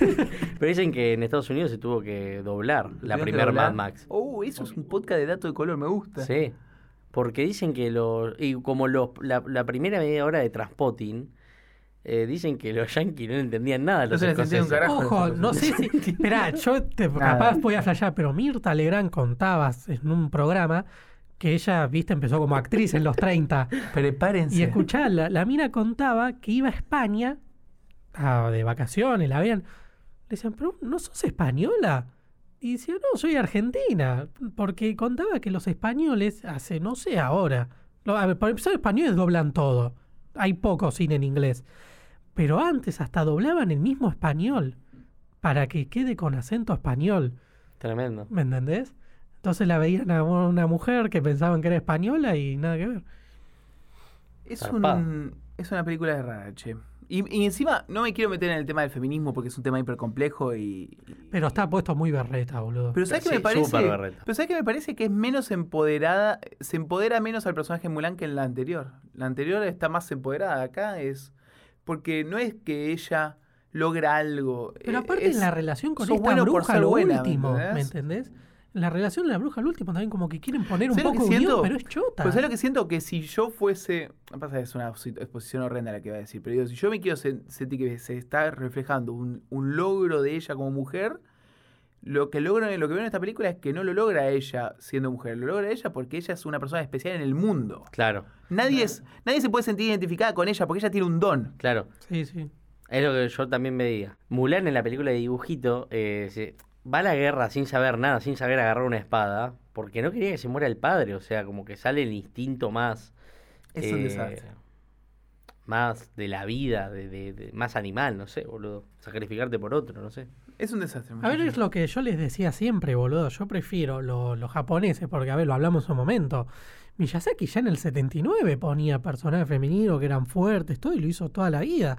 Speaker 3: Pero dicen que en Estados Unidos se tuvo que doblar la
Speaker 1: ¿Tuvieron que
Speaker 3: primera
Speaker 1: doblar?
Speaker 3: Mad Max.
Speaker 1: Oh, eso es un podcast de datos de color, me gusta.
Speaker 3: Sí. Porque dicen que los. Y como los, la, la primera media hora de Transpotting, eh, dicen que los yankees no le entendían nada a los
Speaker 1: No se les entendía un
Speaker 3: escoceses.
Speaker 1: carajo.
Speaker 2: Ojo, no sé si. Esperá, yo te, capaz voy a flashear, pero Mirta Legrand contabas en un programa que ella, viste, empezó como actriz en los 30.
Speaker 1: Prepárense.
Speaker 2: Y escuchá, la, la mina contaba que iba a España ah, de vacaciones, la vean. Le decían, pero ¿no sos española? Y decía, no, soy argentina. Porque contaba que los españoles, hace no sé ahora, lo- a ver, para empezar, los españoles doblan todo. Hay poco cine en inglés. Pero antes hasta doblaban el mismo español para que quede con acento español.
Speaker 3: Tremendo.
Speaker 2: ¿Me entendés? Entonces la veían a una mujer que pensaban que era española y nada que ver.
Speaker 1: Es,
Speaker 3: Zarpado.
Speaker 1: un, es una película de rara, che. Y, y encima, no me quiero meter en el tema del feminismo porque es un tema hiper complejo y. y-
Speaker 2: Pero está puesto muy berreta, boludo.
Speaker 1: Pero ¿sabes qué
Speaker 3: Sí,
Speaker 1: me parece?
Speaker 3: súper berreta.
Speaker 1: Pero ¿sabes qué me parece? Que es menos empoderada, se empodera menos al personaje de Mulan que en la anterior. La anterior está más empoderada, acá es... Porque no es que ella logra algo.
Speaker 2: Pero
Speaker 1: eh,
Speaker 2: aparte
Speaker 1: es-
Speaker 2: en la relación con
Speaker 1: sos
Speaker 2: esta
Speaker 1: bueno por
Speaker 2: bruja,
Speaker 1: ser
Speaker 2: lo
Speaker 1: buena, ¿me
Speaker 2: último,
Speaker 1: entendés?
Speaker 2: ¿me entendés? La relación de la bruja, lo último, también como que quieren poner un
Speaker 1: ¿Sabes lo que
Speaker 2: poco de
Speaker 1: siento?
Speaker 2: pero es chota.
Speaker 1: Pues es lo que siento que si yo fuese. Pasa que es una expo- exposición horrenda la que va a decir, pero digo, si yo me quiero sen- sentir que se está reflejando un, un logro de ella como mujer, lo que logro, lo que veo en esta película es que no lo logra ella siendo mujer, lo logra ella porque ella es una persona especial en el mundo.
Speaker 3: Claro,
Speaker 1: Nadie es, nadie se puede sentir identificada con ella porque ella tiene un don.
Speaker 3: claro.
Speaker 2: Sí, sí.
Speaker 3: Es lo que yo también veía. Mulan en la película de dibujito eh, se- va a la guerra sin saber nada, sin saber agarrar una espada, porque no quería que se muera el padre, o sea, como que sale el instinto más...
Speaker 1: Es un
Speaker 3: eh,
Speaker 1: desastre.
Speaker 3: Más de la vida, de, de- de- más animal, no sé, boludo. Sacrificarte por otro, no sé.
Speaker 1: Es un desastre.
Speaker 2: A ver,
Speaker 1: muchachos.
Speaker 2: es lo que yo les decía siempre, boludo. Yo prefiero lo- los japoneses, porque a ver, lo hablamos en un momento. Miyazaki ya en el 79 ponía personajes femeninos que eran fuertes, todo, y lo hizo toda la vida.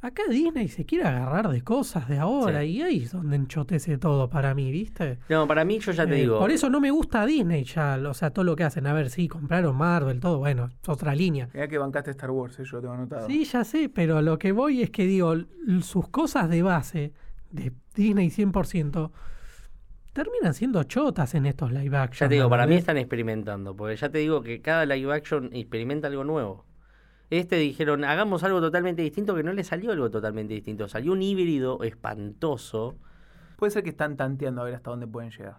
Speaker 2: Acá Disney se quiere agarrar de cosas de ahora,
Speaker 3: Sí.
Speaker 2: y ahí es donde enchotece todo para mí, ¿viste?
Speaker 3: No, para mí yo ya te
Speaker 2: Eh,
Speaker 3: digo...
Speaker 2: Por eso no me gusta Disney ya, o sea, todo lo que hacen. A ver, sí, compraron Marvel, todo, bueno, es otra línea.
Speaker 1: Mirá que bancaste Star Wars, eh, yo lo tengo anotado.
Speaker 2: Sí, ya sé, pero lo que voy es que digo, l- sus cosas de base, de Disney 100%, terminan siendo chotas en estos live action.
Speaker 3: Ya te digo, para mí
Speaker 2: ¿entendés?
Speaker 3: están experimentando, porque ya te digo que cada live action experimenta algo nuevo. Este dijeron, hagamos algo totalmente distinto, que no le salió algo totalmente distinto. Salió un híbrido espantoso.
Speaker 1: Puede ser que están tanteando a ver hasta dónde pueden llegar.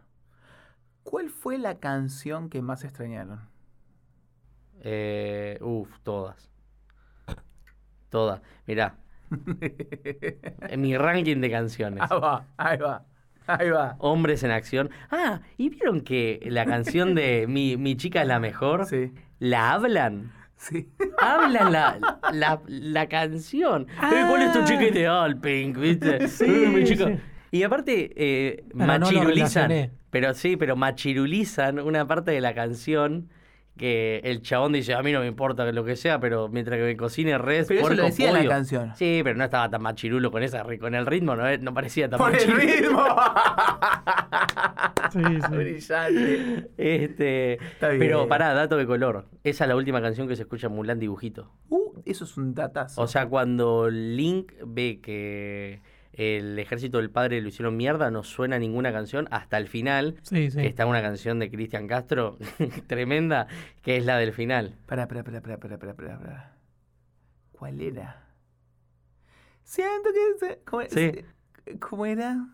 Speaker 1: ¿Cuál fue la canción que más extrañaron?
Speaker 3: Eh, uf, todas. Todas. Mirá, en mi ranking de canciones.
Speaker 1: Ahí va, ahí va, ahí va.
Speaker 3: Hombres en acción. Ah, ¿y vieron que la canción de Mi, Mi chica es la mejor?
Speaker 1: Sí,
Speaker 3: ¿La hablan?
Speaker 1: sí.
Speaker 3: Hablan la, la, la canción.
Speaker 2: Ah.
Speaker 3: Eh, ¿Cuál es tu chiquete? Ah, el pink, ¿viste?
Speaker 2: Sí,
Speaker 3: Eh, mi chica.
Speaker 2: sí.
Speaker 3: Y aparte,
Speaker 1: Ah,
Speaker 3: eh,
Speaker 2: Pero no lo
Speaker 3: machirulizan.
Speaker 2: relacioné.
Speaker 3: pero sí, pero machirulizan una parte de la canción que el chabón dice: A mí no me importa lo que sea, pero mientras que me cocine res,
Speaker 1: Pero eso
Speaker 3: puerco,
Speaker 1: lo decía en la
Speaker 3: pollo".
Speaker 1: canción.
Speaker 3: Sí, pero no estaba tan machirulo con, esa, con el ritmo, no, Eh, no parecía tan
Speaker 1: Por el
Speaker 3: machirulo.
Speaker 1: ritmo.
Speaker 2: Sí, sí.
Speaker 1: Brillante.
Speaker 3: Este,
Speaker 1: Está bien.
Speaker 3: Pero pará, dato de color. Esa es la última canción que se escucha en Mulan Dibujito.
Speaker 1: Uh, eso es un datazo.
Speaker 3: O sea, cuando Link ve que el ejército del padre lo hicieron mierda, no suena ninguna canción hasta el final.
Speaker 2: Sí, sí.
Speaker 3: que Está una canción de Cristian Castro tremenda, que es la del final.
Speaker 1: Pará, pará, pará, pará, pará, pará, pará, pará. ¿Cuál era? Siento que... se- ¿Cómo, era?
Speaker 3: Sí.
Speaker 1: ¿Cómo era?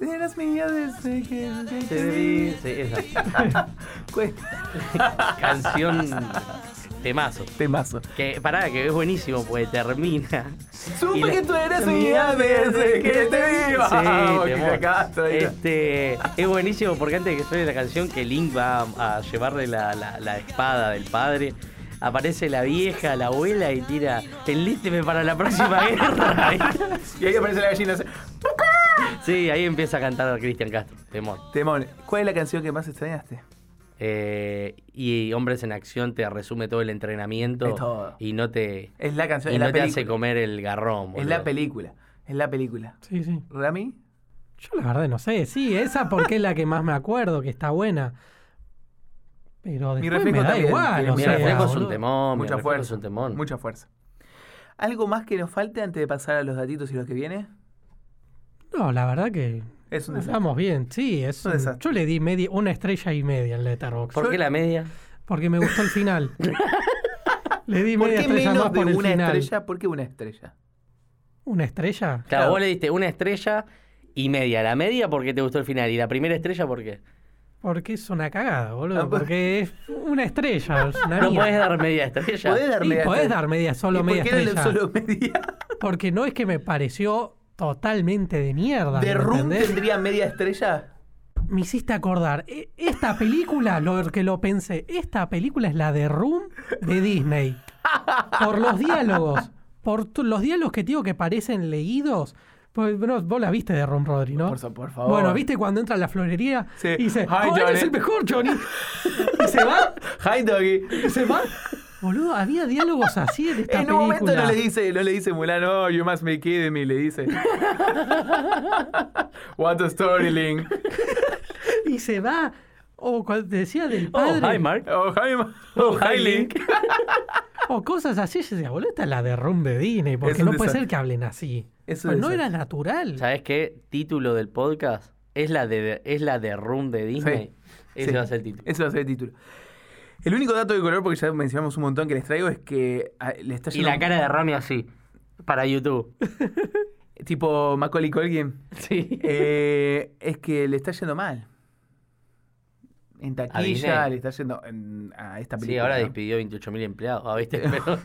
Speaker 1: Eras mía desde que... te vi.
Speaker 3: Sí, esa
Speaker 1: Cu-
Speaker 3: canción temazo.
Speaker 1: Temazo.
Speaker 3: Que pará, que es buenísimo, porque termina. Y
Speaker 1: Supe
Speaker 3: la-
Speaker 1: que tú eras mía desde que te vi. Vamos,
Speaker 3: Sí,
Speaker 1: que
Speaker 3: temón.
Speaker 1: acá estoy.
Speaker 3: Este, es buenísimo porque antes de que suene la canción que Link va a, a llevarle la, la- la espada del padre, aparece la vieja, la abuela y tira, enlísteme para la próxima guerra.
Speaker 1: Y ahí aparece la gallina. hace-
Speaker 3: sí, ahí empieza a cantar Cristian Castro, temor.
Speaker 1: Temón, ¿cuál es la canción que más extrañaste?
Speaker 3: Eh, y Hombres en Acción te resume todo el
Speaker 1: Es
Speaker 3: entrenamiento
Speaker 1: todo.
Speaker 3: y no te,
Speaker 1: Es la canción,
Speaker 3: y
Speaker 1: es
Speaker 3: no
Speaker 1: la
Speaker 3: te hace
Speaker 1: película.
Speaker 3: comer el garrón.
Speaker 1: Es la
Speaker 3: boludo.
Speaker 1: película. Es la película.
Speaker 2: Sí, sí.
Speaker 1: ¿Rami?
Speaker 2: Yo la verdad no sé, sí, esa porque es la que más me acuerdo, que está buena. Pero
Speaker 1: Mi
Speaker 2: después
Speaker 1: reflejo
Speaker 2: me da
Speaker 1: también,
Speaker 2: igual,
Speaker 1: tiene-
Speaker 2: o
Speaker 3: Mi
Speaker 1: sea,
Speaker 3: reflejo es un
Speaker 2: boludo.
Speaker 3: temón, mi
Speaker 1: mucha
Speaker 3: reflejo
Speaker 1: fuerza.
Speaker 3: es un temón.
Speaker 1: Mucha fuerza. ¿Algo más que nos falte antes de pasar a los datitos y los que viene?
Speaker 2: No, la verdad que
Speaker 1: Es un desastre.
Speaker 2: estamos bien, sí, es
Speaker 1: Un
Speaker 2: un-
Speaker 1: desastre.
Speaker 2: yo le di media, una estrella y media en Letterboxd.
Speaker 3: ¿Por qué la media?
Speaker 2: Porque me gustó el final. Le di
Speaker 1: ¿Por
Speaker 2: media
Speaker 1: qué
Speaker 2: estrella más
Speaker 1: menos de
Speaker 2: por el
Speaker 1: una
Speaker 2: final.
Speaker 1: estrella? ¿Por qué una estrella?
Speaker 2: ¿Una estrella?
Speaker 3: Claro,
Speaker 1: Claro.
Speaker 3: vos le diste una estrella y media. La media porque te gustó el final y la primera estrella porque
Speaker 2: Porque es una cagada,
Speaker 1: Ah,
Speaker 2: boludo.
Speaker 1: pues-
Speaker 2: Porque es una estrella. es una
Speaker 3: no
Speaker 2: mierda.
Speaker 3: podés dar media estrella.
Speaker 1: ¿Podés dar
Speaker 2: Y
Speaker 1: media
Speaker 2: podés
Speaker 1: estrella?
Speaker 2: dar media,
Speaker 1: ¿Y
Speaker 2: solo
Speaker 1: por
Speaker 2: media
Speaker 1: qué no le-
Speaker 2: estrella.
Speaker 1: solo media?
Speaker 2: Porque no es que me pareció totalmente de mierda.
Speaker 1: ¿De
Speaker 2: ¿me
Speaker 1: Room
Speaker 2: entendés?
Speaker 1: tendría media estrella?
Speaker 2: Me hiciste acordar. e- Esta película, lo que lo pensé, esta película es la de Room de Disney. Por los diálogos. Por tu- los diálogos que te digo que parecen leídos. Pues, bro, vos la viste de Room, Rodri, ¿no?
Speaker 1: Por so- por favor.
Speaker 2: Bueno, ¿viste cuando entra a la florería?
Speaker 1: Sí.
Speaker 2: Y dice,
Speaker 1: Hi,
Speaker 2: "Oh, eres
Speaker 1: Johnny".
Speaker 2: el mejor, Johnny! y se va,
Speaker 1: Hi, Doggy.
Speaker 2: y se va. Boludo, había diálogos así en esta
Speaker 1: en
Speaker 2: película.
Speaker 1: un momento no le dice, no le dice Mulan, oh, you must be kidding me, le dice. What a story, Link.
Speaker 2: Y se va. O cuando te decía del
Speaker 3: Oh,
Speaker 2: padre.
Speaker 3: hi, Mark.
Speaker 1: Oh, hi, ma- oh, hi, Link.
Speaker 2: o cosas así. Yo decía, boludo, esta es la derrumbe de Disney.
Speaker 1: Es
Speaker 2: Porque
Speaker 1: un
Speaker 2: no puede
Speaker 1: desastre.
Speaker 2: ser que hablen así.
Speaker 1: Es un
Speaker 2: Pues no
Speaker 1: desastre.
Speaker 2: era natural.
Speaker 3: ¿Sabes qué? Título del podcast es la de es la de Room de Disney. Ese
Speaker 1: Sí,
Speaker 3: va a ser el título.
Speaker 1: Ese va a ser el título. El único dato de color, porque ya mencionamos un montón que les traigo, es que ah, le está
Speaker 3: Y
Speaker 1: yendo
Speaker 3: la cara de Rami así. Para YouTube.
Speaker 1: tipo Macaulay Culkin.
Speaker 3: Sí.
Speaker 1: Eh, es que le está yendo mal. En taquilla
Speaker 3: Disney?
Speaker 1: le está yendo en- a esta película.
Speaker 3: Sí, ahora
Speaker 1: ¿no?
Speaker 3: despidió 28.000 empleados. Ah, ¿viste? Pero-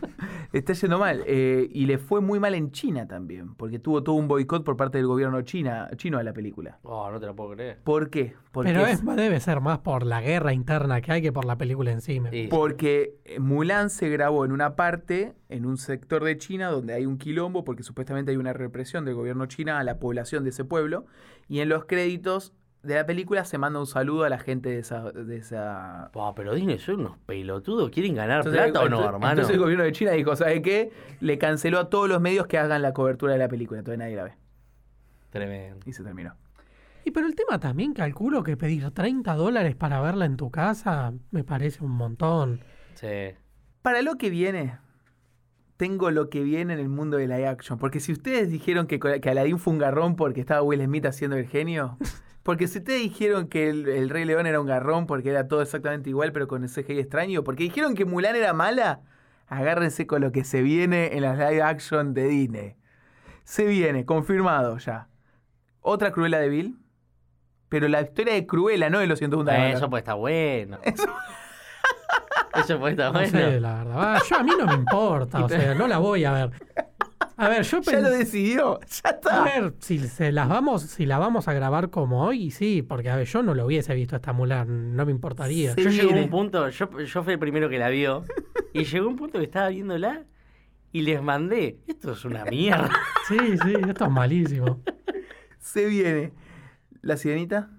Speaker 1: Le está yendo mal. eh, y le fue muy mal en China también, porque tuvo todo un boicot por parte del gobierno china, chino a la película.
Speaker 3: Oh, no te lo puedo creer.
Speaker 1: ¿Por qué? Porque,
Speaker 2: Pero
Speaker 1: es-
Speaker 2: es, debe ser más por la guerra interna que hay que por la película en sí. me-
Speaker 3: Sí.
Speaker 1: porque eh, Mulan se grabó en una parte, en un sector de China donde hay un quilombo, porque supuestamente hay una represión del gobierno china a la población de ese pueblo, y en los créditos de la película se manda un saludo a la gente de esa... De esa...
Speaker 3: Buah, pero Disney son unos pelotudos. ¿Quieren ganar
Speaker 1: Entonces,
Speaker 3: plata o no,
Speaker 1: entonces-
Speaker 3: hermano?
Speaker 1: entonces el gobierno de China dijo, ¿sabe qué? Le canceló a todos los medios que hagan la cobertura de la película, entonces nadie la ve.
Speaker 3: Tremendo.
Speaker 1: Y se terminó.
Speaker 2: Y pero el tema también calculo que pedir 30 dólares para verla en tu casa me parece un montón.
Speaker 3: Sí.
Speaker 1: Para lo que viene, tengo lo que viene en el mundo de la action. Porque si ustedes dijeron que, que Aladdin fue un garrón porque estaba Will Smith haciendo el genio. Porque si ustedes dijeron que el, el Rey León era un garrón porque era todo exactamente igual pero con el CGI extraño. Porque dijeron que Mulan era mala. Agárrense con lo que se viene en las live action de Disney. Se viene, confirmado ya. Otra Cruella de Bill. Pero la historia de Cruella, no de los 101
Speaker 3: Eh,
Speaker 1: Dálmatas.
Speaker 3: eso puede estar bueno. Eso, puede estar
Speaker 2: No
Speaker 3: bueno.
Speaker 2: sé, la verdad. Va, yo a mí no me importa, o sea, no la voy a ver. A ver, yo
Speaker 1: Ya lo
Speaker 2: pens-
Speaker 1: decidió. Ya
Speaker 2: A
Speaker 1: está.
Speaker 2: ver, si se las vamos, si la vamos a grabar como hoy, sí, porque a ver, yo no lo hubiese visto esta Mulan, no me importaría.
Speaker 1: Sí.
Speaker 3: yo llegué a
Speaker 1: viene.
Speaker 3: un punto, yo, yo fui el primero que la vio, y llegó un punto que estaba viéndola y les mandé, esto es una mierda.
Speaker 2: Sí, sí, esto es malísimo.
Speaker 1: Se viene. La sirenita.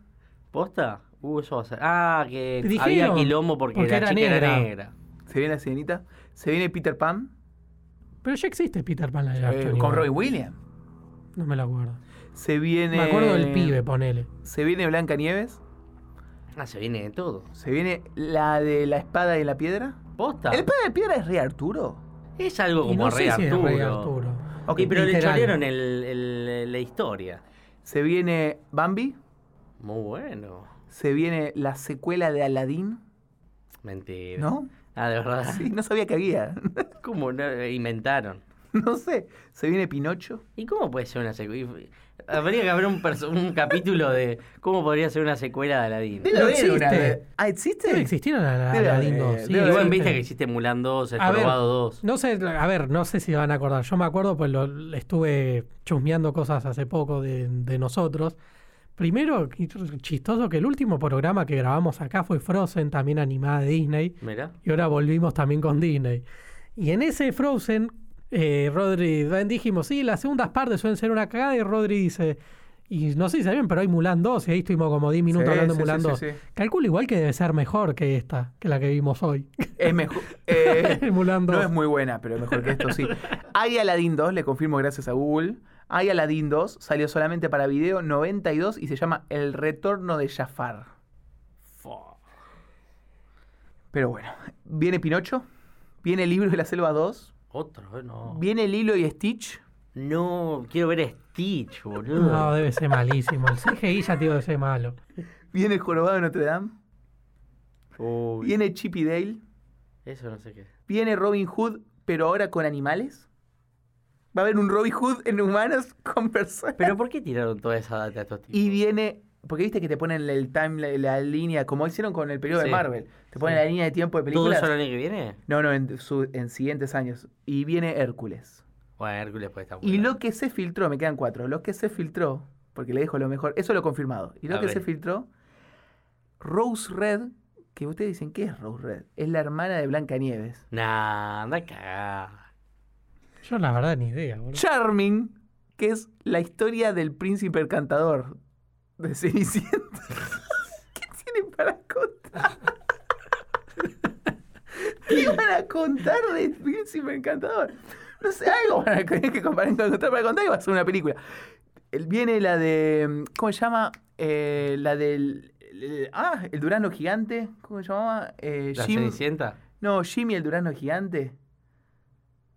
Speaker 3: ¿Posta? Uh, eso va a ser. Ah, que había
Speaker 2: Dijeron,
Speaker 3: quilombo porque,
Speaker 2: porque
Speaker 3: la
Speaker 2: era
Speaker 3: chica
Speaker 2: negra.
Speaker 3: era negra.
Speaker 1: Se viene la sirenita. Se viene Peter Pan.
Speaker 2: Pero ya existe Peter Pan la
Speaker 1: eh, con Roy Williams.
Speaker 2: No me lo acuerdo.
Speaker 1: Se viene.
Speaker 2: Me acuerdo del pibe, ponele.
Speaker 1: Se viene Blanca Nieves.
Speaker 3: Ah, se viene de todo.
Speaker 1: Se viene la de la espada y la piedra.
Speaker 3: ¿Posta?
Speaker 1: ¿El espada de piedra es Rey Arturo?
Speaker 3: Es algo
Speaker 2: Y
Speaker 3: como
Speaker 2: no
Speaker 3: Rey
Speaker 2: sé si es
Speaker 3: Arturo.
Speaker 2: Rey Arturo.
Speaker 1: Ok.
Speaker 3: Y pero le
Speaker 2: literal.
Speaker 3: chorearon el- el- la historia.
Speaker 1: Se viene Bambi.
Speaker 3: Muy bueno.
Speaker 1: Se viene la secuela de Aladdin.
Speaker 3: Mentira.
Speaker 1: ¿No?
Speaker 3: Ah, de verdad.
Speaker 1: Sí, no sabía que había.
Speaker 3: ¿Cómo no? inventaron?
Speaker 1: no sé. Se viene Pinocho.
Speaker 3: ¿Y cómo puede ser una secuela? Habría que haber un, perso- un capítulo de cómo podría ser una secuela de Aladdin.
Speaker 2: Debe haber
Speaker 1: existe.
Speaker 2: una de-
Speaker 1: Ah, ¿existe?
Speaker 2: Debe existir a la,
Speaker 1: Debe
Speaker 2: Aladdin
Speaker 1: haber, eh,
Speaker 2: 2. sí,
Speaker 1: debe
Speaker 3: Igual
Speaker 1: haber.
Speaker 2: existe.
Speaker 3: viste que hiciste Mulan 2, El
Speaker 2: A ver,
Speaker 3: Jorobado 2.
Speaker 2: No sé, a ver, no sé si van a acordar. Yo me acuerdo, pues lo, estuve chusmeando cosas hace poco de, de nosotros. Primero, chistoso que el último programa que grabamos acá fue Frozen, también animada de Disney.
Speaker 3: Mirá.
Speaker 2: Y ahora volvimos también con Disney. Y en ese Frozen, eh, Rodri, dijimos, sí, las segundas partes suelen ser una cagada. Y Rodri dice, y no sé si saben, pero hay Mulan 2. Y ahí estuvimos como 10 minutos
Speaker 1: Sí,
Speaker 2: hablando
Speaker 1: sí,
Speaker 2: de Mulan
Speaker 1: sí,
Speaker 2: 2.
Speaker 1: sí, sí.
Speaker 2: Calculo igual que debe ser mejor que esta, que la que vimos hoy.
Speaker 1: Es mejor. eh,
Speaker 2: Mulan 2.
Speaker 1: No es muy buena, pero mejor que esto sí. Hay Aladdin 2, le confirmo gracias a Google. Hay Aladdin 2, salió solamente para video 92 y se llama El retorno de Jafar. Pero bueno, viene Pinocho, viene el libro de la selva 2,
Speaker 3: Otro, eh, no.
Speaker 1: viene Lilo y Stitch.
Speaker 3: No, quiero ver a Stitch, boludo.
Speaker 2: No, debe ser malísimo. El CGI ya tío debe ser malo.
Speaker 1: Viene el jorobado de Notre Dame,
Speaker 3: Uy,
Speaker 1: viene Chip y Dale,
Speaker 3: Eso no sé qué.
Speaker 1: viene Robin Hood, pero ahora con animales. Va a haber un Robin Hood en humanos con personas.
Speaker 3: Pero ¿por qué tiraron toda esa data a estos tipos?
Speaker 1: Y viene, porque viste que te ponen el time, la, la línea, como hicieron con el periodo
Speaker 3: Sí.
Speaker 1: de Marvel, te ponen
Speaker 3: Sí.
Speaker 1: la línea de tiempo de
Speaker 3: ¿Todo
Speaker 1: películas.
Speaker 3: eso el año que viene?
Speaker 1: No, no, en, su- en siguientes años. Y viene Hércules.
Speaker 3: Bueno, Hércules puede estar
Speaker 1: Y
Speaker 3: buena.
Speaker 1: lo que se filtró, me quedan cuatro, lo que se filtró, porque le dejo lo mejor, eso lo confirmado. Y lo
Speaker 3: A
Speaker 1: que
Speaker 3: ver.
Speaker 1: se filtró, Rose Red, que ustedes dicen, ¿qué es Rose Red? Es la hermana de Blancanieves.
Speaker 3: Nah, anda a cagar.
Speaker 2: Yo la verdad ni idea, boludo.
Speaker 1: Charming, que es la historia del príncipe encantador de Cenicienta. ¿Qué tienen para contar? ¿Qué van a contar de Príncipe Encantador? No sé, algo van a tener que comparar, encontrar para contar y va a ser una película. El- Viene la de. ¿Cómo se llama? Eh, la del. el- ah, el Durano Gigante. ¿Cómo se llamaba? Eh,
Speaker 3: ¿La
Speaker 1: Jim-
Speaker 3: Cenicienta?
Speaker 1: no, Jimmy el Durano Gigante.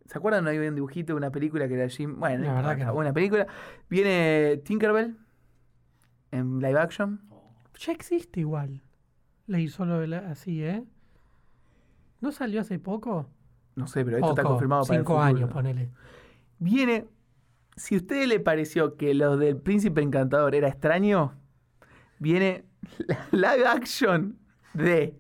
Speaker 1: ¿Se acuerdan? Había un dibujito de una película que era Jim. Bueno,
Speaker 2: La
Speaker 1: no
Speaker 2: verdad
Speaker 1: importa,
Speaker 2: que no.
Speaker 1: una película. Viene Tinkerbell en live action.
Speaker 2: Ya existe igual. Leí solo de la- así, ¿eh? ¿No salió hace poco?
Speaker 1: No sé, pero esto está
Speaker 2: Poco,
Speaker 1: confirmado para el
Speaker 2: Cinco
Speaker 1: futuro.
Speaker 2: años, ponele.
Speaker 1: Viene. Si a usted le pareció que lo del Príncipe Encantador era extraño, viene la live action de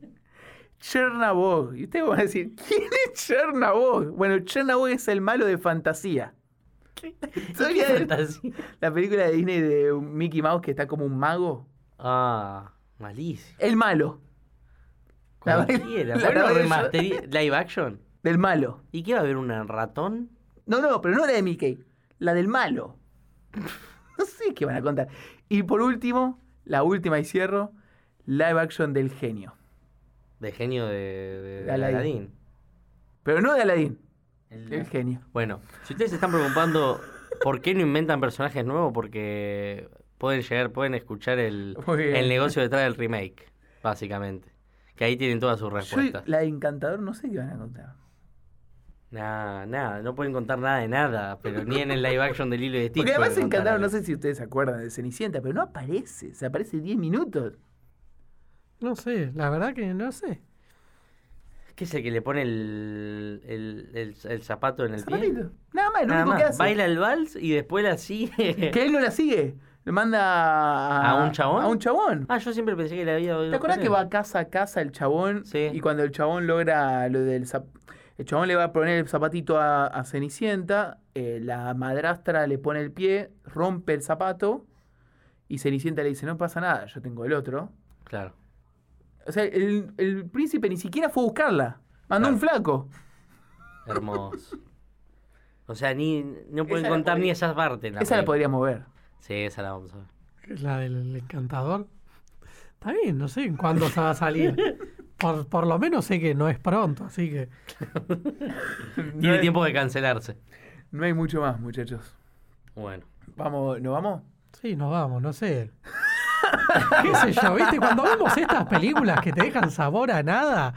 Speaker 1: Chernabog. Y ustedes van a decir, ¿quién es Chernabog? Bueno, Chernabog es el malo de fantasía. Historia
Speaker 3: ¿Qué
Speaker 1: de-
Speaker 3: fantasía?
Speaker 1: La película de Disney de Mickey Mouse que está como un mago.
Speaker 3: Ah, malísimo.
Speaker 1: El malo. La-
Speaker 3: Cualquiera.
Speaker 1: la-
Speaker 3: Bueno,
Speaker 1: la-
Speaker 3: remasteriz- live action.
Speaker 1: Del malo.
Speaker 3: ¿Y qué va a haber? ¿Un ratón?
Speaker 1: No, no, pero no la de Mickey. La del malo. No sé qué van a contar. Y por último, la última y cierro, live action del genio.
Speaker 3: De genio de, de, de
Speaker 1: Aladdin.
Speaker 3: Aladdin.
Speaker 1: Pero no de Aladdin, el genio.
Speaker 3: Bueno, si ustedes se están preocupando por qué no inventan personajes nuevos, porque pueden llegar, pueden escuchar el,
Speaker 1: Muy bien.
Speaker 3: el negocio detrás del remake, básicamente. Que ahí tienen todas sus
Speaker 1: Yo,
Speaker 3: respuestas.
Speaker 1: la de Encantador, no sé qué van a contar.
Speaker 3: Nada, nada, no pueden contar nada de nada, pero ni en el live action del hilo de Stitch.
Speaker 1: Porque además
Speaker 3: pueden contar
Speaker 1: Encantador, no
Speaker 3: algo.
Speaker 1: sé si ustedes se acuerdan de Cenicienta, pero no aparece. Se aparece 10 minutos.
Speaker 2: No sé, la verdad que no sé.
Speaker 3: ¿Qué es el que le pone el, el, el- el zapato en el pie?
Speaker 1: Zapatito. Nada más, lo
Speaker 3: Nada
Speaker 1: único que
Speaker 3: más.
Speaker 1: hace.
Speaker 3: Baila el vals y después la sigue.
Speaker 1: Que él no la sigue. Le manda a,
Speaker 3: ¿A un chabón?
Speaker 1: A un chabón.
Speaker 3: Ah, yo siempre pensé que le había oído.
Speaker 1: ¿Te acuerdas
Speaker 3: con
Speaker 1: que
Speaker 3: él.
Speaker 1: va casa a casa el chabón?
Speaker 3: Sí.
Speaker 1: Y cuando el chabón logra lo del zap- El chabón le va a poner el zapatito a, a Cenicienta, eh, la madrastra le pone el pie, rompe el zapato y Cenicienta le dice, no pasa nada, yo tengo el otro.
Speaker 3: Claro.
Speaker 1: O sea, el, el príncipe ni siquiera fue a buscarla, mandó
Speaker 3: Claro.
Speaker 1: un flaco.
Speaker 3: Hermoso. O sea, ni no pueden
Speaker 1: Esa la
Speaker 3: contar ni
Speaker 1: podría-
Speaker 3: esas partes.
Speaker 1: Esa la
Speaker 3: película.
Speaker 1: podríamos ver.
Speaker 3: Sí, esa la vamos a ver.
Speaker 2: La del encantador. Está bien, no sé en cuándo se va a salir. Por, por lo menos sé que no es pronto, así que.
Speaker 3: Tiene
Speaker 1: hay-
Speaker 3: tiempo de cancelarse.
Speaker 1: No hay mucho más, muchachos.
Speaker 3: Bueno.
Speaker 1: Vamos, ¿nos vamos?
Speaker 2: Sí, nos vamos, no sé. ¿Qué sé yo? ¿Viste? Cuando vemos estas películas que te dejan sabor a nada,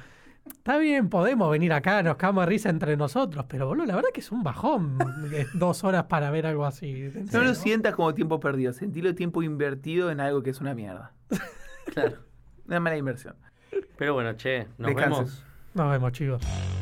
Speaker 2: está bien, podemos venir acá, nos cagamos de risa entre nosotros, pero boludo, la verdad que es un bajón eh, dos horas para ver algo así. En
Speaker 1: No
Speaker 2: serio.
Speaker 1: lo sientas como tiempo perdido, sentilo tiempo invertido en algo que es una mierda.
Speaker 3: Claro.
Speaker 1: Una mala inversión.
Speaker 3: Pero bueno, che, nos
Speaker 1: Descansen.
Speaker 3: vemos.
Speaker 2: Nos vemos, chicos.